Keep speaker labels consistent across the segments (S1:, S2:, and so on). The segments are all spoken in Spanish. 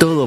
S1: Todo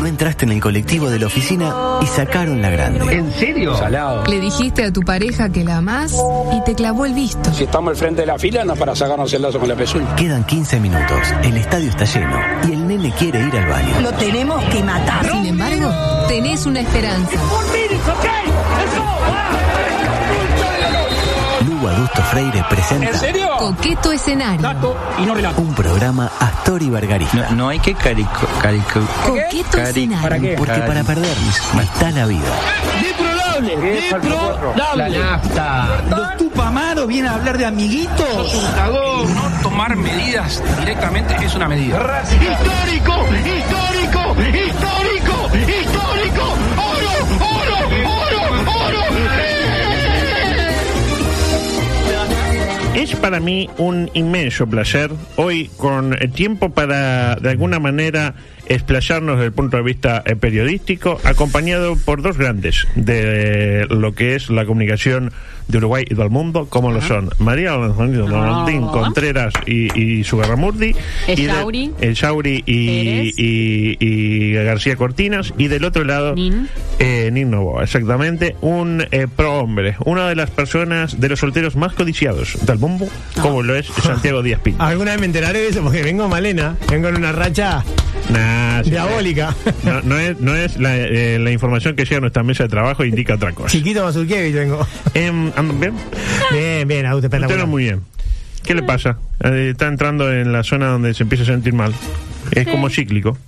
S2: No entraste en el colectivo de la oficina y sacaron la grande.
S3: ¿En serio?
S4: Salado.
S5: Le dijiste a tu pareja que la amás y te clavó el visto.
S4: Si estamos al frente de la fila, no es para sacarnos el lazo con la pezuña.
S2: Quedan 15 minutos, el estadio está lleno y el nene quiere ir al baño.
S6: Lo tenemos que matar.
S5: Sin embargo, tenés una esperanza.
S2: Lugo Adusto Freire presenta
S4: ¿En serio?
S5: Coqueto escenario.
S4: Dato y no relato.
S2: un programa Astor y Bargarista.
S7: No hay que carico, carico.
S5: Coqueto
S7: Cari-
S4: ¿Para
S5: escenario.
S4: qué?
S2: Porque para perder está la vida.
S3: La nafta.
S8: Los tupamaros vienen a hablar de amiguitos.
S4: No tomar medidas directamente es una medida.
S3: Histórico, histórico, histórico, histórico. Oro, oro, oro, oro.
S9: Es para mí un inmenso placer hoy con eh, tiempo para de alguna manera explayarnos desde el punto de vista eh, periodístico, acompañado por dos grandes de eh, lo que es la comunicación de Uruguay y del mundo, como lo son María Valentín Contreras y, y Sugarramurdi, y de-
S10: Echauri.
S9: Echauri y,
S10: Pérez.
S9: y- y García Cortinas, y del otro lado
S10: Nin.
S9: eh, Nin Novoa, exactamente, un eh, prohombre, una de las personas de los solteros más codiciados del mundo, como lo es Santiago Díaz Pinto.
S8: Alguna vez me enteraré de eso porque vengo malena, vengo en una racha
S9: Nah, sí,
S8: diabólica.
S9: No, no es, no es la, eh, la información que llega a nuestra mesa de trabajo indica otra cosa.
S8: Chiquito Mazurkiewicz vengo.
S9: Em, ¿Andan bien?
S8: Bien, bien, Augusto, espera.
S9: Usted no muy bien. ¿Qué le pasa? Eh, está entrando en la zona donde se empieza a sentir mal. Es como cíclico.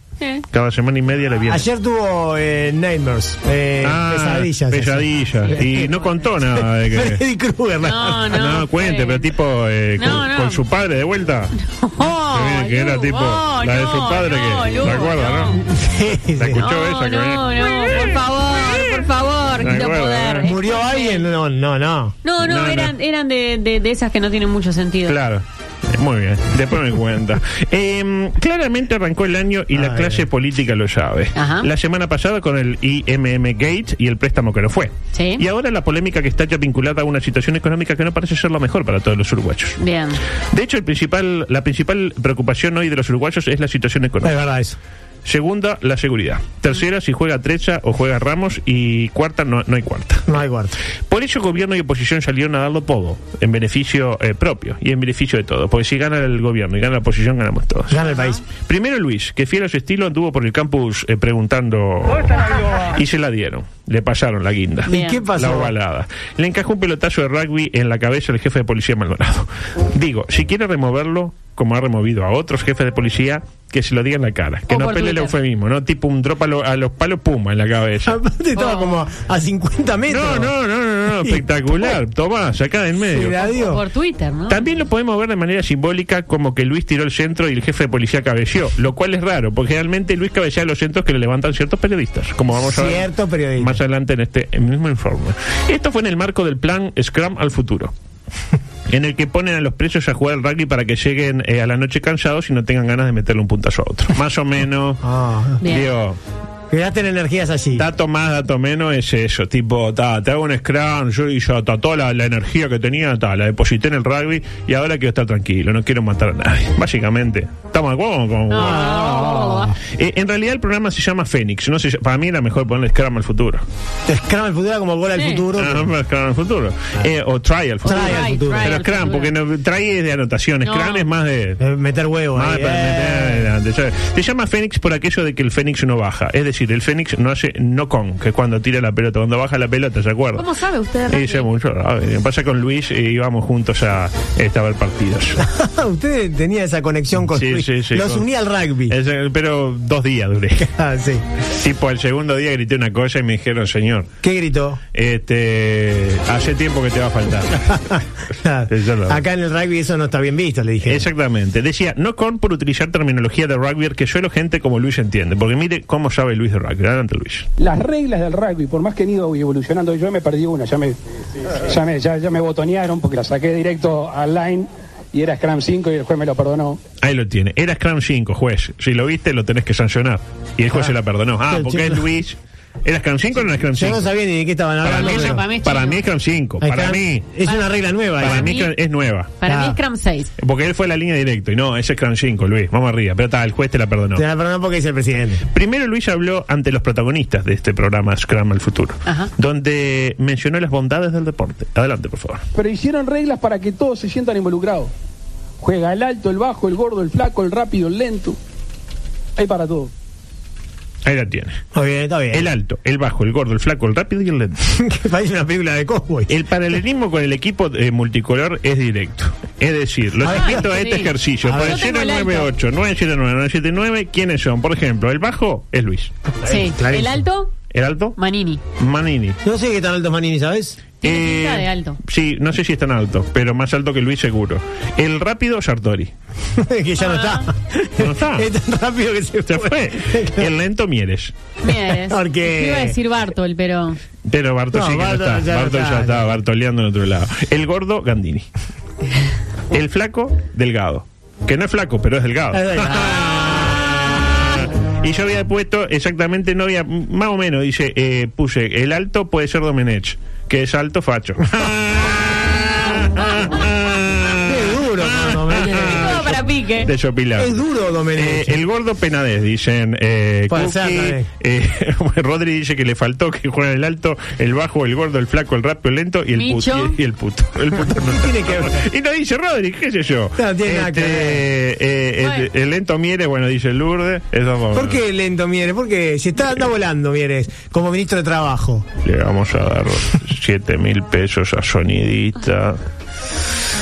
S9: Cada semana y media le viene.
S8: Ayer tuvo eh, Nightmares, eh,
S9: Ah,
S8: pesadillas.
S9: pesadillas. Y no contó nada de que-
S8: Freddy Krueger. la-
S10: No,
S9: Ah, No, cuente,
S10: Fede.
S9: pero tipo eh,
S10: No,
S9: con,
S10: no.
S9: con su padre de vuelta.
S10: Oh,
S9: Que viene, que era
S10: Lu,
S9: tipo
S10: oh,
S9: la de su
S10: no,
S9: padre
S10: no,
S9: que
S10: Lu,
S9: ¿se acuerda, no?
S8: Sí, sí.
S9: La escuchó
S10: No,
S9: esa que
S10: no,
S9: venía.
S10: no, por favor, por favor,
S9: Me
S10: quiero
S9: acuerdo,
S10: poder.
S9: ¿eh?
S8: ¿Murió alguien? No, no, no.
S10: No,
S9: No,
S10: no,
S9: no.
S10: eran, eran de, de, de esas que no tienen mucho sentido.
S9: Claro. Eh, Muy bien, después me cuenta. Em, claramente arrancó el año y la
S8: Ay.
S9: clase política lo sabe.
S10: Ah, Ajá.
S9: La semana pasada con el IMM Gates y el préstamo que no fue.
S10: Sí.
S9: Y ahora la polémica que está ya vinculada a una situación económica que no parece ser la mejor para todos los uruguayos.
S10: Bien.
S9: De hecho, el principal, la principal preocupación hoy de los uruguayos es la situación
S8: No, es
S9: económica.
S8: verdad eso.
S9: Segunda, la seguridad. Tercera, si juega Trecha o juega Ramos. Y cuarta, no, no hay cuarta.
S8: No hay cuarto.
S9: Por eso gobierno y oposición salieron a darlo todo, en beneficio eh, propio y en beneficio de todos. Porque si gana el gobierno y gana la oposición, ganamos todos.
S8: Gana el país.
S9: Primero Luis, que fiel a su estilo anduvo por el campus eh, preguntando y se la dieron, le pasaron la guinda.
S8: ¿Y qué
S9: La
S8: pasó?
S9: ovalada. Le encajó un pelotazo de rugby en la cabeza del jefe de policía Maldonado. Digo, si quiere removerlo, como ha removido a otros jefes de policía, que se lo diga en la cara. Que
S10: O
S9: no
S10: por
S9: pelee el
S10: Twitter. Ah,
S9: eufemismo, ¿no? Tipo un drop a, lo- a los palos puma en la cabeza.
S8: Aparte
S10: Oh.
S8: estaba como a 50
S9: No,
S8: metros.
S9: no, no, no, no, espectacular. Tomás, acá en medio.
S8: Se la dio.
S10: Por Twitter, ¿no?
S9: También lo podemos ver de manera simbólica como que Luis tiró el centro y el jefe de policía cabeció, lo cual es raro, porque realmente Luis cabecea los centros que le levantan ciertos periodistas, como vamos a ver
S8: Cierto periodista.
S9: más adelante en este mismo informe. Esto fue en el marco del plan Scrum al futuro. En el que ponen a los presos a jugar al rugby para que lleguen eh, a la noche cansados y no tengan ganas de meterle un puntazo a otro. Más o menos.
S8: Ah,
S10: Bien.
S9: Digo,
S8: Quedaste en energías allí.
S9: dato más, dato menos es eso. Tipo, ta, te hago un scrum, yo, y yo ta, toda la, la energía que tenía, ta, la deposité en el rugby y ahora quiero estar tranquilo, no quiero matar a nadie. Básicamente, ¿estamos de acuerdo con-
S10: No,
S8: Ah.
S9: Eh, en realidad el programa se llama Fénix. No se ll- para mí era mejor ponerle Scrum al futuro.
S8: Scrum el futuro como bola del
S10: Sí.
S8: futuro.
S9: Ah, no, Scrum al futuro. Eh, o Try al futuro.
S8: Try al
S10: Try,
S8: futuro.
S10: try
S9: Pero
S10: al
S9: Scrum,
S10: futuro.
S9: porque no, Try es de anotaciones,
S10: No.
S9: Scrum es más de...
S8: Eh, Meter huevo.
S9: más
S8: ahí.
S9: para meter
S8: Eh.
S9: adelante, ¿sabes? Se llama Fénix por aquello de que el Fénix no baja. Es decir, el Fénix no hace no con, que es cuando tira la pelota, cuando baja la pelota, ¿se acuerda?
S10: ¿Cómo sabe usted de
S9: Sí,
S10: rugby?
S9: sé mucho. A ver, Pasa con Luis y íbamos juntos a, eh, a ver partidos.
S8: Usted tenía esa conexión con
S9: Sí,
S8: Luis.
S9: sí, sí,
S8: Los
S9: con-
S8: unía al rugby.
S9: Es, eh, pero dos días duré.
S8: Ah, sí.
S9: tipo, el segundo día grité una cosa y me dijeron, señor,
S8: ¿Qué gritó?
S9: este, hace tiempo que te va a faltar. Eso no.
S8: Acá en el rugby eso no está bien visto, le dije.
S9: Exactamente. Decía, no con por utilizar terminología de rugby que solo gente como Luis entiende. Porque mire cómo sabe Luis de rugby. Adelante, Luis.
S4: Las reglas del rugby, por más que han ido evolucionando, yo me perdí una, ya me, ya me, ya, ya me botonearon porque la saqué directo online
S1: y era Scrum 5 y el juez me lo perdonó.
S9: Ahí lo tiene. Era Scrum 5, juez. Si lo viste, lo tenés que sancionar. Y el juez se la perdonó. Ah,
S8: El
S9: porque
S8: chico
S9: es
S8: no-
S9: Luis. ¿Era Scrum 5 o no era Scrum 5?
S8: Yo no sabía ni de qué estaban
S9: Para
S8: hablando.
S9: mí,
S10: no,
S9: es-
S10: para mí es
S9: para
S10: chino.
S9: mí es Scrum 5.
S8: Ahí
S9: Para
S8: está.
S9: mí,
S8: Es una regla nueva.
S9: para
S8: esa.
S9: mí
S10: mí-
S9: es nueva.
S10: Para mí
S8: Ah.
S10: es Scrum 6.
S9: Porque él fue la línea directa y no, ese es Scrum 5, Luis. Vamos arriba. Pero está, el juez te la perdonó.
S8: Te la perdonó porque es el presidente.
S9: Primero Luis habló ante los protagonistas de este programa Scrum al futuro,
S10: Ajá.
S9: donde mencionó las bondades del deporte. Adelante, por favor.
S1: Pero hicieron reglas para que todos se sientan involucrados. Juega el alto, el bajo, el gordo, el flaco, el rápido, el lento. Hay para todo.
S9: Ahí la tiene.
S8: Muy bien, está bien.
S9: El alto, el bajo, el gordo, el flaco, el rápido y el lento.
S8: que parece una película de cowboy.
S9: El paralelismo con el equipo eh, multicolor es directo. Es decir, los
S8: A ver.
S9: invito a este
S10: Ah, Sí.
S9: ejercicio.
S10: A
S9: Por
S10: ver.
S9: el
S10: Yo tengo el alto.
S9: 098, 979, 979, ¿quiénes son? Por ejemplo, el bajo es Luis.
S10: Sí. El
S8: clarísimo.
S10: alto,
S9: El alto,
S10: Manini.
S9: Manini. Eh,
S8: No sé qué tan alto es Manini, ¿sabes?
S10: Tiene pinta de alto.
S9: Sí, no sé si es tan alto, pero más alto que Luis seguro. El rápido, Sartori.
S8: que ya no
S10: Ah.
S8: está.
S9: No está.
S8: es tan rápido que se
S9: Se fue.
S8: fue.
S9: El lento Mieres.
S10: Mira, es-
S8: Porque-
S10: Iba a decir Bartol, pero.
S9: Pero Bartol
S8: No,
S9: sí que no
S8: Bartol
S9: está.
S8: ya no
S9: Bartol ya
S8: está.
S9: está, Bartoleando en otro lado. El gordo, Gandini. El flaco, Delgado. Que no es flaco, pero es delgado.
S8: Es verdad.
S9: Y yo había puesto exactamente, no había, más o menos, dice, eh, puse, el alto puede ser Domenech, que es alto facho.
S8: Qué duro, no, Domenech.
S9: Ah.
S10: Es como para pique.
S9: Desopilado.
S8: es duro,
S9: Eh,
S8: Domenech.
S9: el gordo Penades, dicen. Eh,
S8: Puede
S9: Cookie,
S8: ser, también.
S9: eh, Rodri dice que le faltó que juegan el alto, el bajo, el gordo, el flaco, el rápido, el lento y el, put-
S10: Micho.
S9: y, y el puto. El puto no.
S8: tiene que ver?
S9: Y no dice Rodri, qué sé yo.
S8: No, tiene nada que
S9: eh, eh,
S10: Bueno.
S9: el, el lento Mieres, bueno, dice Lourdes. Eso vamos.
S8: ¿Por qué lento, Mieres? Porque si está, anda volando, Mieres, como ministro de Trabajo.
S9: Le vamos a dar 7 mil pesos a Sonidita,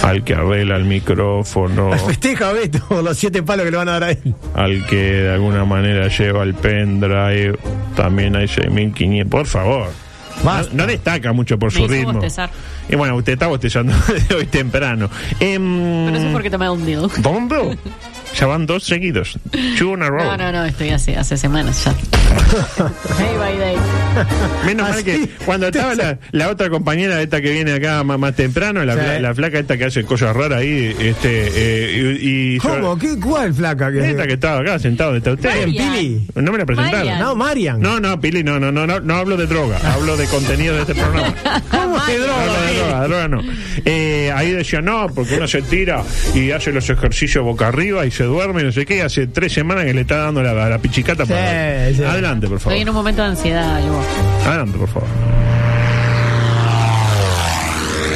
S9: al que arregla el micrófono,
S8: Festeja a Beto por los siete palos que le van a dar a él.
S9: al que de alguna manera lleva el pendrive. También hay 6.500. Por favor. No,
S8: Basta.
S9: no destaca mucho por
S10: Me
S9: su
S10: hizo
S9: ritmo.
S10: bostezar.
S9: Y bueno, usted está bostezando de hoy temprano. Em,
S10: Pero eso es porque tomé un dedo.
S9: Oh. ¿Bombo? Ya van dos seguidos. Two in a row.
S10: No, no, no, estoy hace, hace semanas ya. day by day.
S9: Menos mal
S8: Así.
S9: que cuando estaba la, la otra compañera esta que viene acá más, más temprano, la,
S8: Sí.
S9: fla- la flaca esta que hace cosas raras ahí, este, eh, y, y yo-
S8: ¿Cómo? ¿Qué, ¿Cuál flaca? Que
S9: esta que estaba acá sentado donde está usted.
S8: Bien,
S10: Marian.
S8: Pili.
S9: No me la presentaron.
S10: Marian.
S8: No, Marian.
S9: No, no, Pili, no, no, no, no, no hablo de droga, hablo de contenido de este programa.
S8: ¿Cómo que droga,
S9: No, no, de
S8: Pili?
S9: droga, droga no. Eh, ahí decía, no, porque uno se tira y hace los ejercicios boca arriba y se duerme, no sé qué. Hace tres semanas que le está dando la, la pichicata
S8: Sí,
S9: para
S8: sí.
S9: Adelante, por favor.
S10: Estoy en un momento de ansiedad, algo.
S9: Adelante, por favor.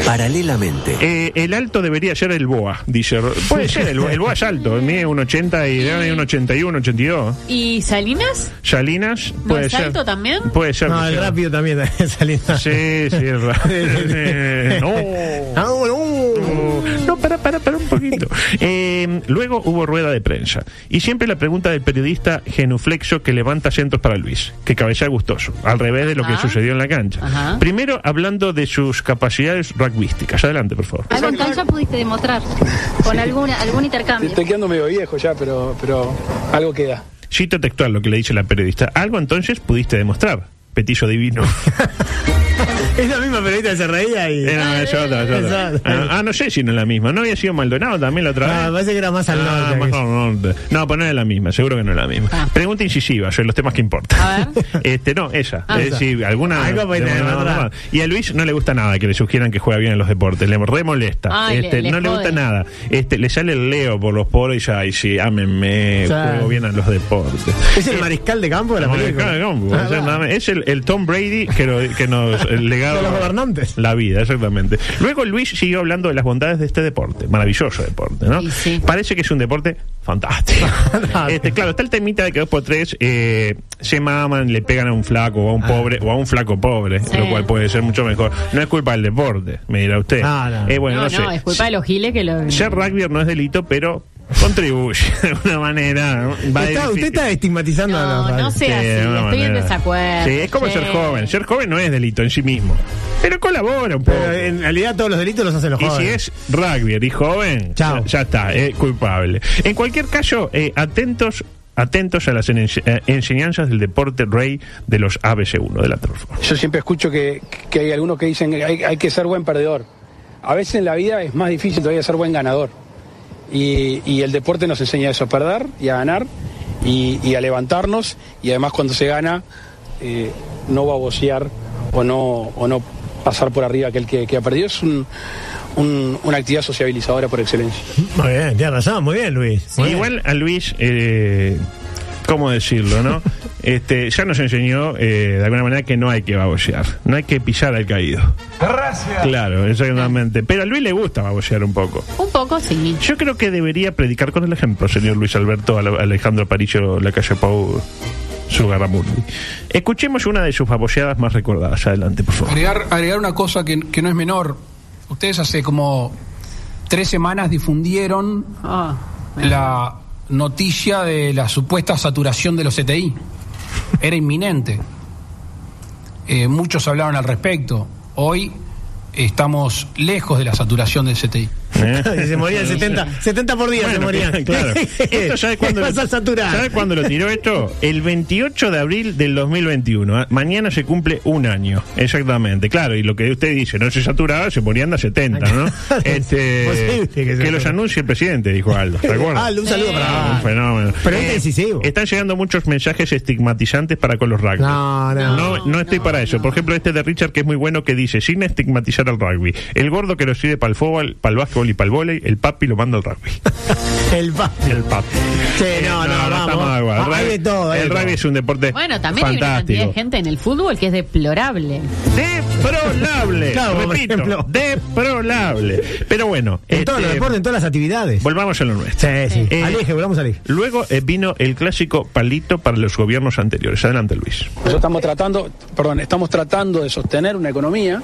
S2: Paralelamente.
S9: Eh, el alto debería ser el BOA, dice. Ro- Puede ser, el, el BOA es alto. Mide un 80 y debe medir un 81, 82.
S10: ¿Y Salinas?
S9: Salinas,
S10: ¿No
S9: puede
S10: es
S9: ser.
S10: alto también?
S9: Puede ser.
S8: No,
S9: que
S8: Ah, el
S9: sea.
S8: rápido también saliendo.
S9: Sí, sí, el rápido. no.
S8: Ah, no.
S9: No, para, para, para un poquito. Eh, luego hubo rueda de prensa. Y siempre la pregunta del periodista genuflexo que levanta centros para Luis, que cabecea gustoso, al revés de lo que
S10: Ajá.
S9: sucedió en la cancha.
S10: Ajá.
S9: Primero, hablando de sus capacidades rugbyísticas. Adelante, por favor.
S6: Algo entonces ya pudiste demostrar con alguna, algún intercambio.
S1: Estoy quedando medio viejo ya, pero, pero algo queda.
S9: Cito textual lo que le dice la periodista. Algo entonces pudiste demostrar. Petillo divino.
S8: Es la misma periodista que se reía y.
S9: Eh, no, es otra, es otra.
S8: Esa-
S9: Ah, ah, no sé si no es la misma. ¿No había sido Maldonado también la otra
S8: Ah,
S9: vez?
S8: parece que era más al
S9: Ah,
S8: norte.
S9: más
S8: que-
S9: al norte. No, pues no es la misma, seguro que no es la misma.
S10: Ah.
S9: Pregunta incisiva sobre los temas que importan.
S10: A
S9: Este, no, esa.
S10: Ah.
S9: es decir, alguna.
S8: Algo puede
S9: de-
S8: tener
S9: no, no,
S8: otra.
S9: no. Y a Luis no le gusta nada que le sugieran que juega bien en los deportes. Le remolesta.
S10: Ay, le-
S9: este,
S10: le
S9: no le gusta
S10: jode.
S9: nada. Este, le sale el Leo por los poros y ya, ay, sí, ámenme,
S8: O sea,
S9: juego bien en los deportes.
S8: Es el mariscal de campo de la
S9: Como de
S8: película.
S9: Caracan, pues,
S8: Ah,
S9: o sea,
S8: va.
S9: nada más. es el, el Tom Brady que, no- que nos el legado
S8: De los gobernantes.
S9: la vida exactamente luego Luis siguió hablando de las bondades de este deporte maravilloso deporte no
S10: Y sí.
S9: parece que es un deporte fantástico este claro está el temita de que dos por tres eh, se maman le pegan a un flaco o a
S8: Ah.
S9: un pobre o a un flaco pobre lo cual puede ser mucho mejor no es culpa del deporte me dirá usted
S8: No, no.
S9: Eh, bueno no,
S10: no,
S9: sé.
S10: no, es culpa de los giles que lo.
S9: ser rugby no es delito pero contribuye de alguna manera ¿no? Va de
S8: Está- usted
S9: difícil.
S8: está estigmatizando a
S10: No,
S8: los
S10: no
S8: radios.
S10: sea
S9: Sí,
S10: así,
S9: de
S10: estoy
S9: alguna
S10: en
S9: manera.
S10: desacuerdo.
S9: Sí, es como
S10: che.
S9: ser joven. Ser joven no es delito en sí mismo. Pero colabora un poco.
S8: Pero eh, en realidad todos los delitos los hacen los
S9: Y si
S8: jóvenes.
S9: es rugby y joven,
S8: Chao.
S9: Ya, ya está, es culpable. En cualquier caso, eh, atentos atentos a las ense- eh, enseñanzas del deporte rey de los ABC1 de la Trofo.
S1: Yo siempre escucho que, que hay algunos que dicen que hay, hay que ser buen perdedor. A veces en la vida es más difícil todavía ser buen ganador. y, y el deporte nos enseña eso, a perder y a ganar y, y a levantarnos y además cuando se gana eh, no babosear o no, o no pasar por arriba aquel que, que ha perdido. Es un, un- una actividad sociabilizadora por excelencia.
S8: Muy bien, tienes razón, muy bien, Luis. Muy bien.
S9: Igual a Luis, eh, ¿cómo decirlo, no? Este, ya nos enseñó eh, de alguna manera que no hay que babosear, no hay que pisar al caído. Gracias. Claro, exactamente. Pero a Luis le gusta babosear un poco.
S10: Un poco sí.
S9: Yo creo que debería predicar con el ejemplo, señor Luis Alberto Al- Alejandro Aparicio Lacalle Pau Sugarramundi. Escuchemos una de sus baboseadas más recordadas. Adelante, por favor.
S1: Agregar, agregar una cosa que, que no es menor. Ustedes hace como tres semanas difundieron
S10: Ah,
S1: la noticia de la supuesta saturación de los CTI. Era inminente. Eh, muchos hablaron al respecto. Hoy estamos lejos de la saturación del CTI.
S9: ¿Eh?
S8: Y se morían 70, 70 por día, se
S9: Bueno,
S8: morían.
S9: Claro. Esto, ¿sabe cuándo, lo-
S8: Vas a saturar.
S9: ¿sabe cuándo lo tiró esto? El 28 de abril del 2021. Ah, Mañana se cumple un año. Exactamente. Claro, y lo que usted dice, no se saturaba, se morían a 70, ¿no? Este,
S8: Posible que
S9: que
S8: se
S9: los
S8: sature.
S9: anuncie el presidente, dijo Aldo. ¿Se acuerda?
S8: Aldo, Ah, un saludo Sí. para-
S9: Un fenómeno. Eh,
S8: Pero es decisivo.
S9: Están llegando muchos mensajes estigmatizantes para con los rugby.
S8: No, no.
S9: No, no estoy para eso. Por ejemplo, este de Richard que es muy bueno que dice, sin estigmatizar al rugby. El gordo que lo sirve para el fútbol, para el básquetbol y para el volei, el papi lo manda al rugby.
S8: El va.
S9: El papi.
S8: Sí,
S9: Eh,
S8: no, no, vamos.
S9: estamos de acuerdo.
S8: Ah, hay de todo, hay de
S9: el
S8: todo.
S9: rugby es un deporte
S10: Bueno, también hay una cantidad
S9: fantástico.
S10: de gente en el fútbol que es deplorable.
S9: Deplorable.
S8: Claro, por
S9: repito,
S8: ejemplo.
S9: deplorable. Pero bueno,
S8: En
S9: este,
S8: todos los deportes, en todas las actividades.
S9: volvamos a lo nuestro.
S8: Sí, sí.
S9: Eh,
S8: Aleje, volvamos a Aleje.
S9: Luego eh, vino el clásico palito para los gobiernos anteriores. Adelante, Luis.
S1: Nosotros estamos tratando, perdón, estamos tratando de sostener una economía.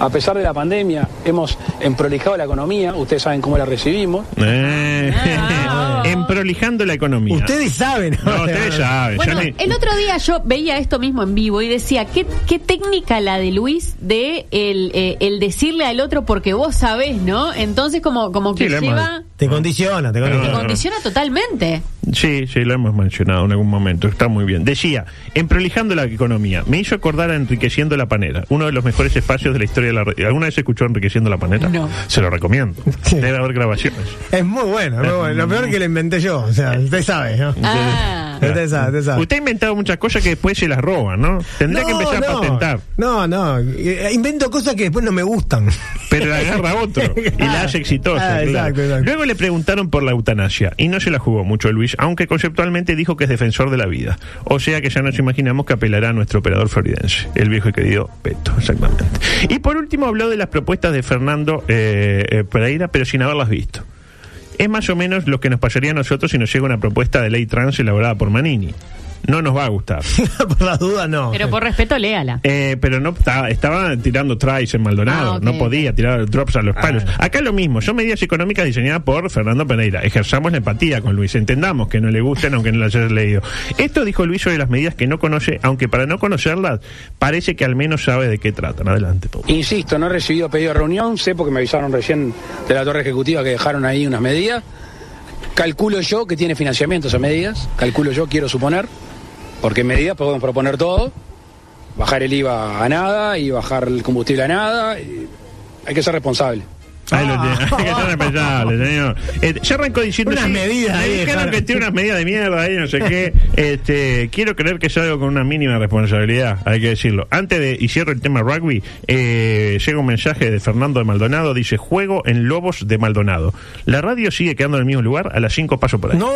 S1: A pesar de la pandemia, hemos emprolijado la economía. Ustedes saben cómo la recibimos.
S9: Eh,
S10: Ah.
S9: emprolijando la economía.
S8: Ustedes saben.
S9: No, ustedes saben. ya
S10: Bueno,
S9: ni-
S10: el otro día yo veía esto mismo en vivo y decía, ¿qué, qué técnica la de Luis de el, eh, el decirle al otro porque vos sabés, ¿no? Entonces como, como que
S9: Sí, la hemos-
S10: lleva...
S8: Te condiciona,
S10: Te
S8: te
S9: No, no,
S8: condiciona.
S9: no.
S10: condiciona totalmente.
S9: Sí, sí, lo hemos mencionado en algún momento. Está muy bien. Decía, emprolijando la economía, me hizo acordar a Enriqueciendo la Panera, uno de los mejores espacios de la historia de la radio. ¿Alguna vez escuchó Enriqueciendo la Panera?
S10: No.
S9: Se lo recomiendo.
S8: Sí.
S9: Debe haber grabaciones.
S8: Es muy bueno, muy bueno. Lo peor que lo inventé yo. O sea, usted sabe, ¿no?
S10: Ah.
S8: Usted sabe, usted sabe.
S9: Usted ha inventado muchas cosas que después se las roban, ¿no? Tendría que
S8: No,
S9: empezar a
S8: no.
S9: patentar.
S8: No, no. Eh, Invento cosas que después no me gustan.
S9: Pero la agarra otro y la hace exitosa.
S8: Ah,
S9: claro.
S8: exacto, exacto.
S9: Luego le preguntaron por la eutanasia y no se la jugó mucho Luis, aunque conceptualmente dijo que es defensor de la vida. O sea que ya nos imaginamos que apelará a nuestro operador floridense, el viejo y querido Peto, exactamente. Y por último habló de las propuestas de Fernando eh, eh, Pereira, pero sin haberlas visto. Es más o menos lo que nos pasaría a nosotros si nos llega una propuesta de ley trans elaborada por Manini. No nos va a gustar.
S8: Por las dudas, no.
S10: Pero por respeto, léala.
S9: Eh, pero no ta- estaba tirando tries en Maldonado,
S10: Ah, ok, Ah.
S9: no podía tirar drops a los palos. Acá lo mismo, son medidas económicas diseñadas por Fernando Pereira. Ejerzamos la empatía con Luis, entendamos que no le gustan aunque no las hayas leído. Esto dijo Luis sobre las medidas que no conoce, aunque para no conocerlas parece que al menos sabe de qué tratan. Adelante, Pau.
S1: Insisto, no he recibido pedido de reunión, sé porque me avisaron recién de la torre ejecutiva que dejaron ahí unas medidas. Calculo yo que tiene financiamiento esas medidas, calculo yo, quiero suponer, porque en medidas podemos proponer todo, bajar el IVA a nada y bajar el combustible a nada, y hay que ser responsable.
S9: Ahí lo tiene. que son responsables, señor. Eh, ya arrancó diciendo.
S8: Unas
S9: sí,
S8: medidas
S9: me
S8: ahí
S9: dijeron
S8: dejaron.
S9: que tiene unas medidas de mierda ahí, no sé qué. Este, quiero creer que es algo con una mínima responsabilidad, hay que decirlo. Antes de, y cierro el tema rugby, eh, llega un mensaje de Fernando de Maldonado, dice: Juego en Lobos de Maldonado. La radio sigue quedando en el mismo lugar a las 5 paso por ahí.
S8: No,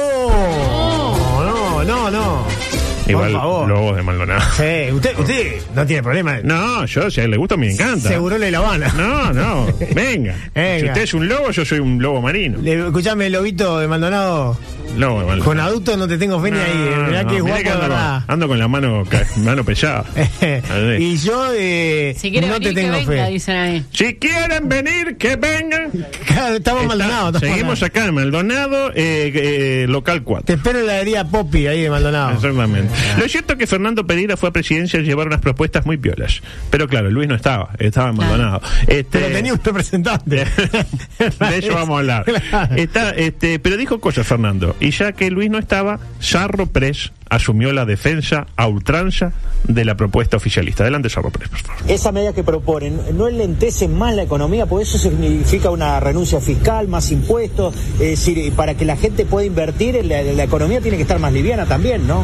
S8: no, no, no.
S9: Igual,
S8: por favor.
S9: Lobos de Maldonado.
S8: Sí, usted, usted no tiene problema.
S9: No, yo, si a él le gusta, me encanta.
S8: Seguro le la Habana.
S9: No, no, venga.
S8: Venga.
S9: Si usted es un lobo, yo soy un lobo marino.
S8: Le- escuchame, Lobito de Maldonado.
S9: Lobo de Maldonado.
S8: Con adulto no te tengo fe ni ahí. eh,
S9: No,
S8: Mirá
S9: no,
S8: que
S9: mirá
S8: guapo, de
S9: que ando,
S8: verdad.
S9: ando con la mano, ca- mano pesada.
S8: y yo eh,
S10: Si quiere
S8: no
S10: venir,
S8: te tengo
S10: que venga,
S8: fe.
S10: dicen ahí.
S9: si quieren venir, que vengan.
S8: Claro, estamos
S9: Está-
S8: Maldonado. estamos
S9: seguimos
S8: Maldonado.
S9: acá en Maldonado, eh, eh, local 4.
S8: Te espero en la heladería Poppy ahí de Maldonado. Ah.
S9: Exactamente. Lo cierto es que Fernando Pereira fue a presidencia y llevar unas propuestas muy piolas. Pero claro, Luis no estaba, estaba en Maldonado. Este,
S8: Pero tenía un representante.
S9: de ello vamos a hablar.
S8: Claro.
S9: Está, este, pero dijo cosas Fernando. Y ya que Luis no estaba, Sarro Press asumió la defensa a ultranza de la propuesta oficialista. Adelante, Sarro Pérez, por favor.
S11: Esa medida que proponen no enlentecen más la economía, porque eso significa una renuncia fiscal, más impuestos. Es decir, eh, para que la gente pueda invertir, en la, en la economía tiene que estar más liviana también, ¿no?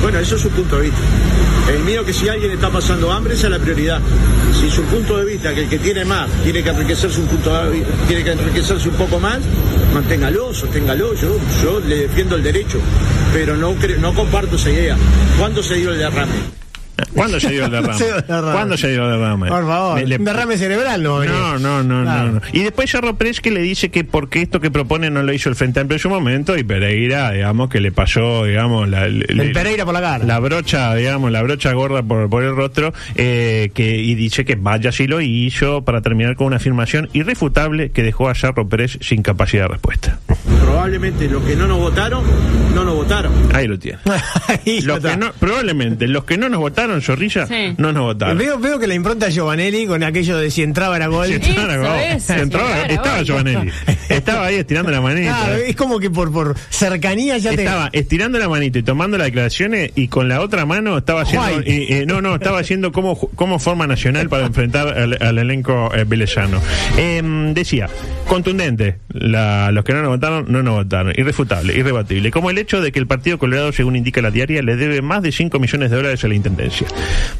S12: Bueno, eso es su punto de vista. El mío que si alguien está pasando hambre, esa es la prioridad. Si su punto de vista, que el que tiene más, tiene que enriquecerse un punto de vi- tiene que enriquecerse un poco más, manténgalo, sosténgalo, yo, yo le defiendo el derecho, pero no cre- no comparto esa idea. ¿Cuándo se dio el derrame?
S9: ¿Cuándo se dio el derrame?
S8: Se dio el derrame.
S9: ¿Cuándo se dio el derrame?
S8: Por favor,
S9: Le- le-
S8: un derrame cerebral no. venía.
S9: No, no, no,
S8: Claro.
S9: no, no. Y después Cerro Pérez que le dice que porque esto que propone no lo hizo el Frente Amplio en su momento y Pereira, digamos, que le pasó, digamos, la, le-
S8: El Pereira por la cara.
S9: la brocha, digamos, la brocha gorda por, por el rostro, eh, que, y dice que vaya si lo hizo para terminar con una afirmación irrefutable que dejó a Cerro Pérez sin capacidad de respuesta.
S12: Probablemente los que no nos votaron, no nos votaron.
S9: Ahí lo tiene.
S8: Ahí
S9: Los
S8: está.
S9: que no- probablemente los que no nos votaron, Zorrilla,
S10: Sí.
S9: no nos votaron.
S8: Veo, veo que la impronta Giovanelli con aquello de si entraba era gol.
S9: Sí, entraba,
S10: Eso,
S9: Gabo.
S10: eso,
S9: Entraba-
S10: claro,
S9: estaba
S10: obvio.
S9: Giovanelli. Estaba ahí estirando la manita.
S8: Claro, es como que por, por cercanía ya
S9: Estaba estirando la manita y tomando las declaraciones y con la otra mano estaba haciendo
S8: Guay.
S9: eh, eh, no no estaba haciendo como ju- como forma nacional para enfrentar al, al elenco eh, velezano. Em, decía contundente la- los que no nos votaron no nos votaron irrefutable irrebatible como el hecho de que el partido Colorado según indica la diaria le debe más de 5 millones de dólares a la intendencia.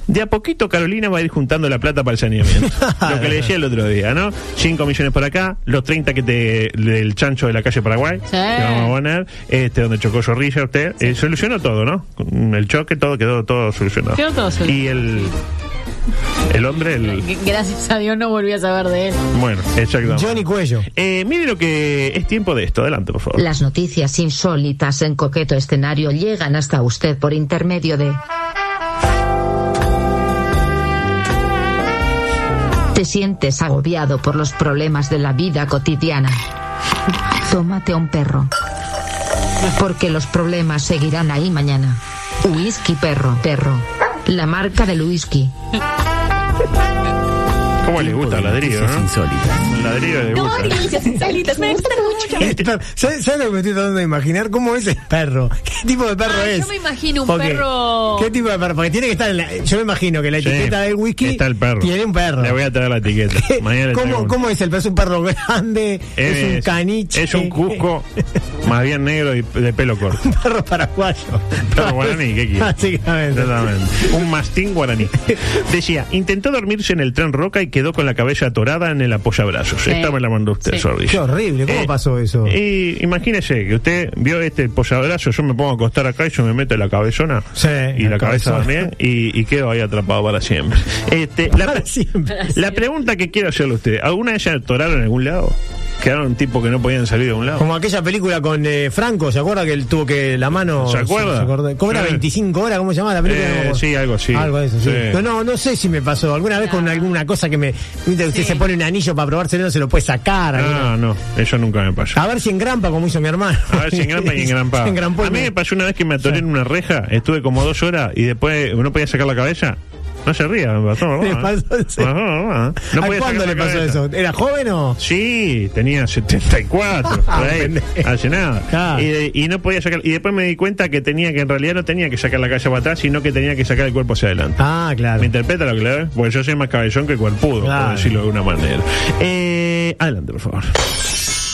S9: De a poquito Carolina va a ir juntando la plata para el saneamiento. lo que le decía el otro día no 5 millones por acá los 30 que te del chancho de la calle Paraguay
S10: Sí.
S9: que vamos a poner, este, donde chocó Zorrilla, usted eh, solucionó todo, ¿no? Mm, El choque, todo quedó todo solucionado.
S10: Quedó todo solucionado,
S9: Y el, el hombre, el,
S10: G- Gracias a Dios no volví a saber de él.
S9: bueno,
S8: te.
S9: exactamente.
S8: Johnny Cuello.
S9: Eh, mire lo que es tiempo de esto, adelante, por favor.
S13: Las noticias insólitas en coqueto escenario llegan hasta usted por intermedio de... Te sientes agobiado por los problemas de la vida cotidiana. Tómate un perro. Porque los problemas seguirán ahí mañana. Whisky perro, perro. La marca del whisky.
S9: ¿Cómo le gusta el ladrillo,
S2: Noticias
S9: no?
S2: insólitas.
S9: El ladrillo le gusta.
S10: me gusta mucho.
S8: Este, ¿Sabes sabe lo que me estoy tratando de imaginar? ¿Cómo es el perro? ¿Qué tipo de perro
S10: Ah, yo
S8: es?
S10: me imagino un
S8: Porque-
S10: perro-
S8: ¿Qué tipo de perro? Porque tiene que estar en la, Yo me imagino que la
S9: Sí,
S8: etiqueta del whisky
S9: Está el perro.
S8: tiene un perro.
S9: Le voy a traer la etiqueta. Mañana le traigo
S8: ¿Cómo,
S9: uno.
S8: ¿Cómo es el perro? ¿Es un perro grande? ¿Es, un caniche?
S9: Es un cusco, más bien negro y de pelo corto.
S8: Un perro paraguayo.
S9: Perro guaraní, ¿qué quiere?
S8: Básicamente.
S9: Exactamente. Un mastín guaraní. Decía, intentó dormirse en el tren Roca y quedó con la cabeza atorada en el apoyabrazos.
S10: Sí.
S9: Esta me la mandó usted,
S10: Sí.
S9: Sordi.
S8: Qué horrible,
S9: Eh,
S8: ¿cómo pasó eso?
S9: Y imagínese que usted vio este apoyabrazos, yo me pongo a acostar acá y yo me meto en la cabezona.
S8: Sí,
S9: y la,
S8: la
S9: cabeza
S8: cabezona.
S9: también. Y, y quedo ahí atrapado para siempre. Este, la,
S8: Para siempre.
S9: la pregunta que quiero hacerle a usted, ¿alguna vez se atoraron en algún lado? ¿Quedaron tipo que no podían salir de un lado?
S8: Como aquella película con eh, Franco, ¿se acuerda que él tuvo que la mano.
S9: ¿Se acuerda?
S8: ¿Cómo era
S9: Sí.
S8: 25 horas? ¿Cómo se llamaba la película?
S9: Eh,
S8: No me acuerdo.
S9: sí, algo así.
S8: Algo de eso, sí.
S9: Sí.
S8: Pero no, no sé si me pasó. Alguna vez con alguna cosa que me. viste, Usted se pone un anillo para probárselo, no se lo puede sacar. alguna-
S9: Ah, no, eso nunca me pasó.
S8: A ver si engrampa, como hizo mi hermano.
S9: A ver si engrampa y engrampa.
S8: Se engrampó
S9: A
S8: y
S9: mí
S8: me-
S9: me pasó una vez que me atoré en una reja, estuve como dos horas y después no podía sacar la cabeza. No se ría, me pasó, ¿verdad?
S8: Le pasó,
S9: ¿eh?
S8: sí.
S9: Me pasó, ¿verdad? No
S8: ¿A
S9: podía sacar
S8: ¿Cuándo
S9: la
S8: le pasó
S9: cabeza.
S8: eso? ¿Era joven o.?
S9: Sí, tenía 74, por ahí,
S8: Ah, Pendejo.
S9: hace nada.
S8: Claro.
S9: Y, y no podía sacar. Y después me di cuenta que tenía que en realidad no tenía que sacar la cabeza para atrás, sino que tenía que sacar el cuerpo hacia adelante.
S8: Ah, claro.
S9: ¿Me interpreta lo que le doy? Porque yo soy más cabellón que cuerpudo,
S8: Claro.
S9: por decirlo de alguna manera. Eh, adelante, por favor.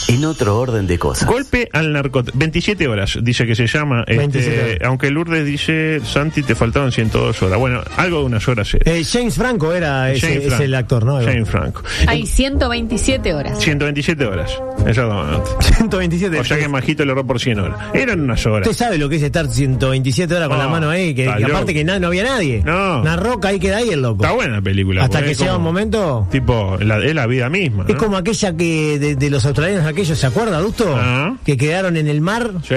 S2: En otro orden de cosas.
S9: Golpe al narcotráfico. 27 horas, dice que se llama. este,
S8: 27 horas.
S9: aunque Lourdes dice, Santi, te faltaron 102 horas. Bueno, algo de unas horas. era.
S8: Eh, James Franco era ese,
S9: Jane
S8: es
S9: Franco.
S8: el actor, ¿no? Ahí va.
S9: Jane Franco.
S10: Hay 127 horas.
S9: 127 horas. Exactamente.
S8: 127.
S9: O sea que Majito le erró por 100 horas. Eran unas horas.
S8: Usted sabe lo que es estar 127 horas con
S9: No,
S8: la mano ahí, que,
S9: está
S8: que aparte
S9: loco.
S8: que na- no había nadie.
S9: No.
S8: Una roca ahí queda ahí el loco.
S9: Está buena la película.
S8: Hasta
S9: porque
S8: que
S9: es
S8: llega un
S9: como-
S8: momento.
S9: Tipo, la- es la vida misma.
S8: Es
S9: ¿no?
S8: como aquella que de, de los australianos, aquellos, ¿se acuerda, Adusto?
S9: Ah.
S8: Que quedaron en el mar.
S9: Sí.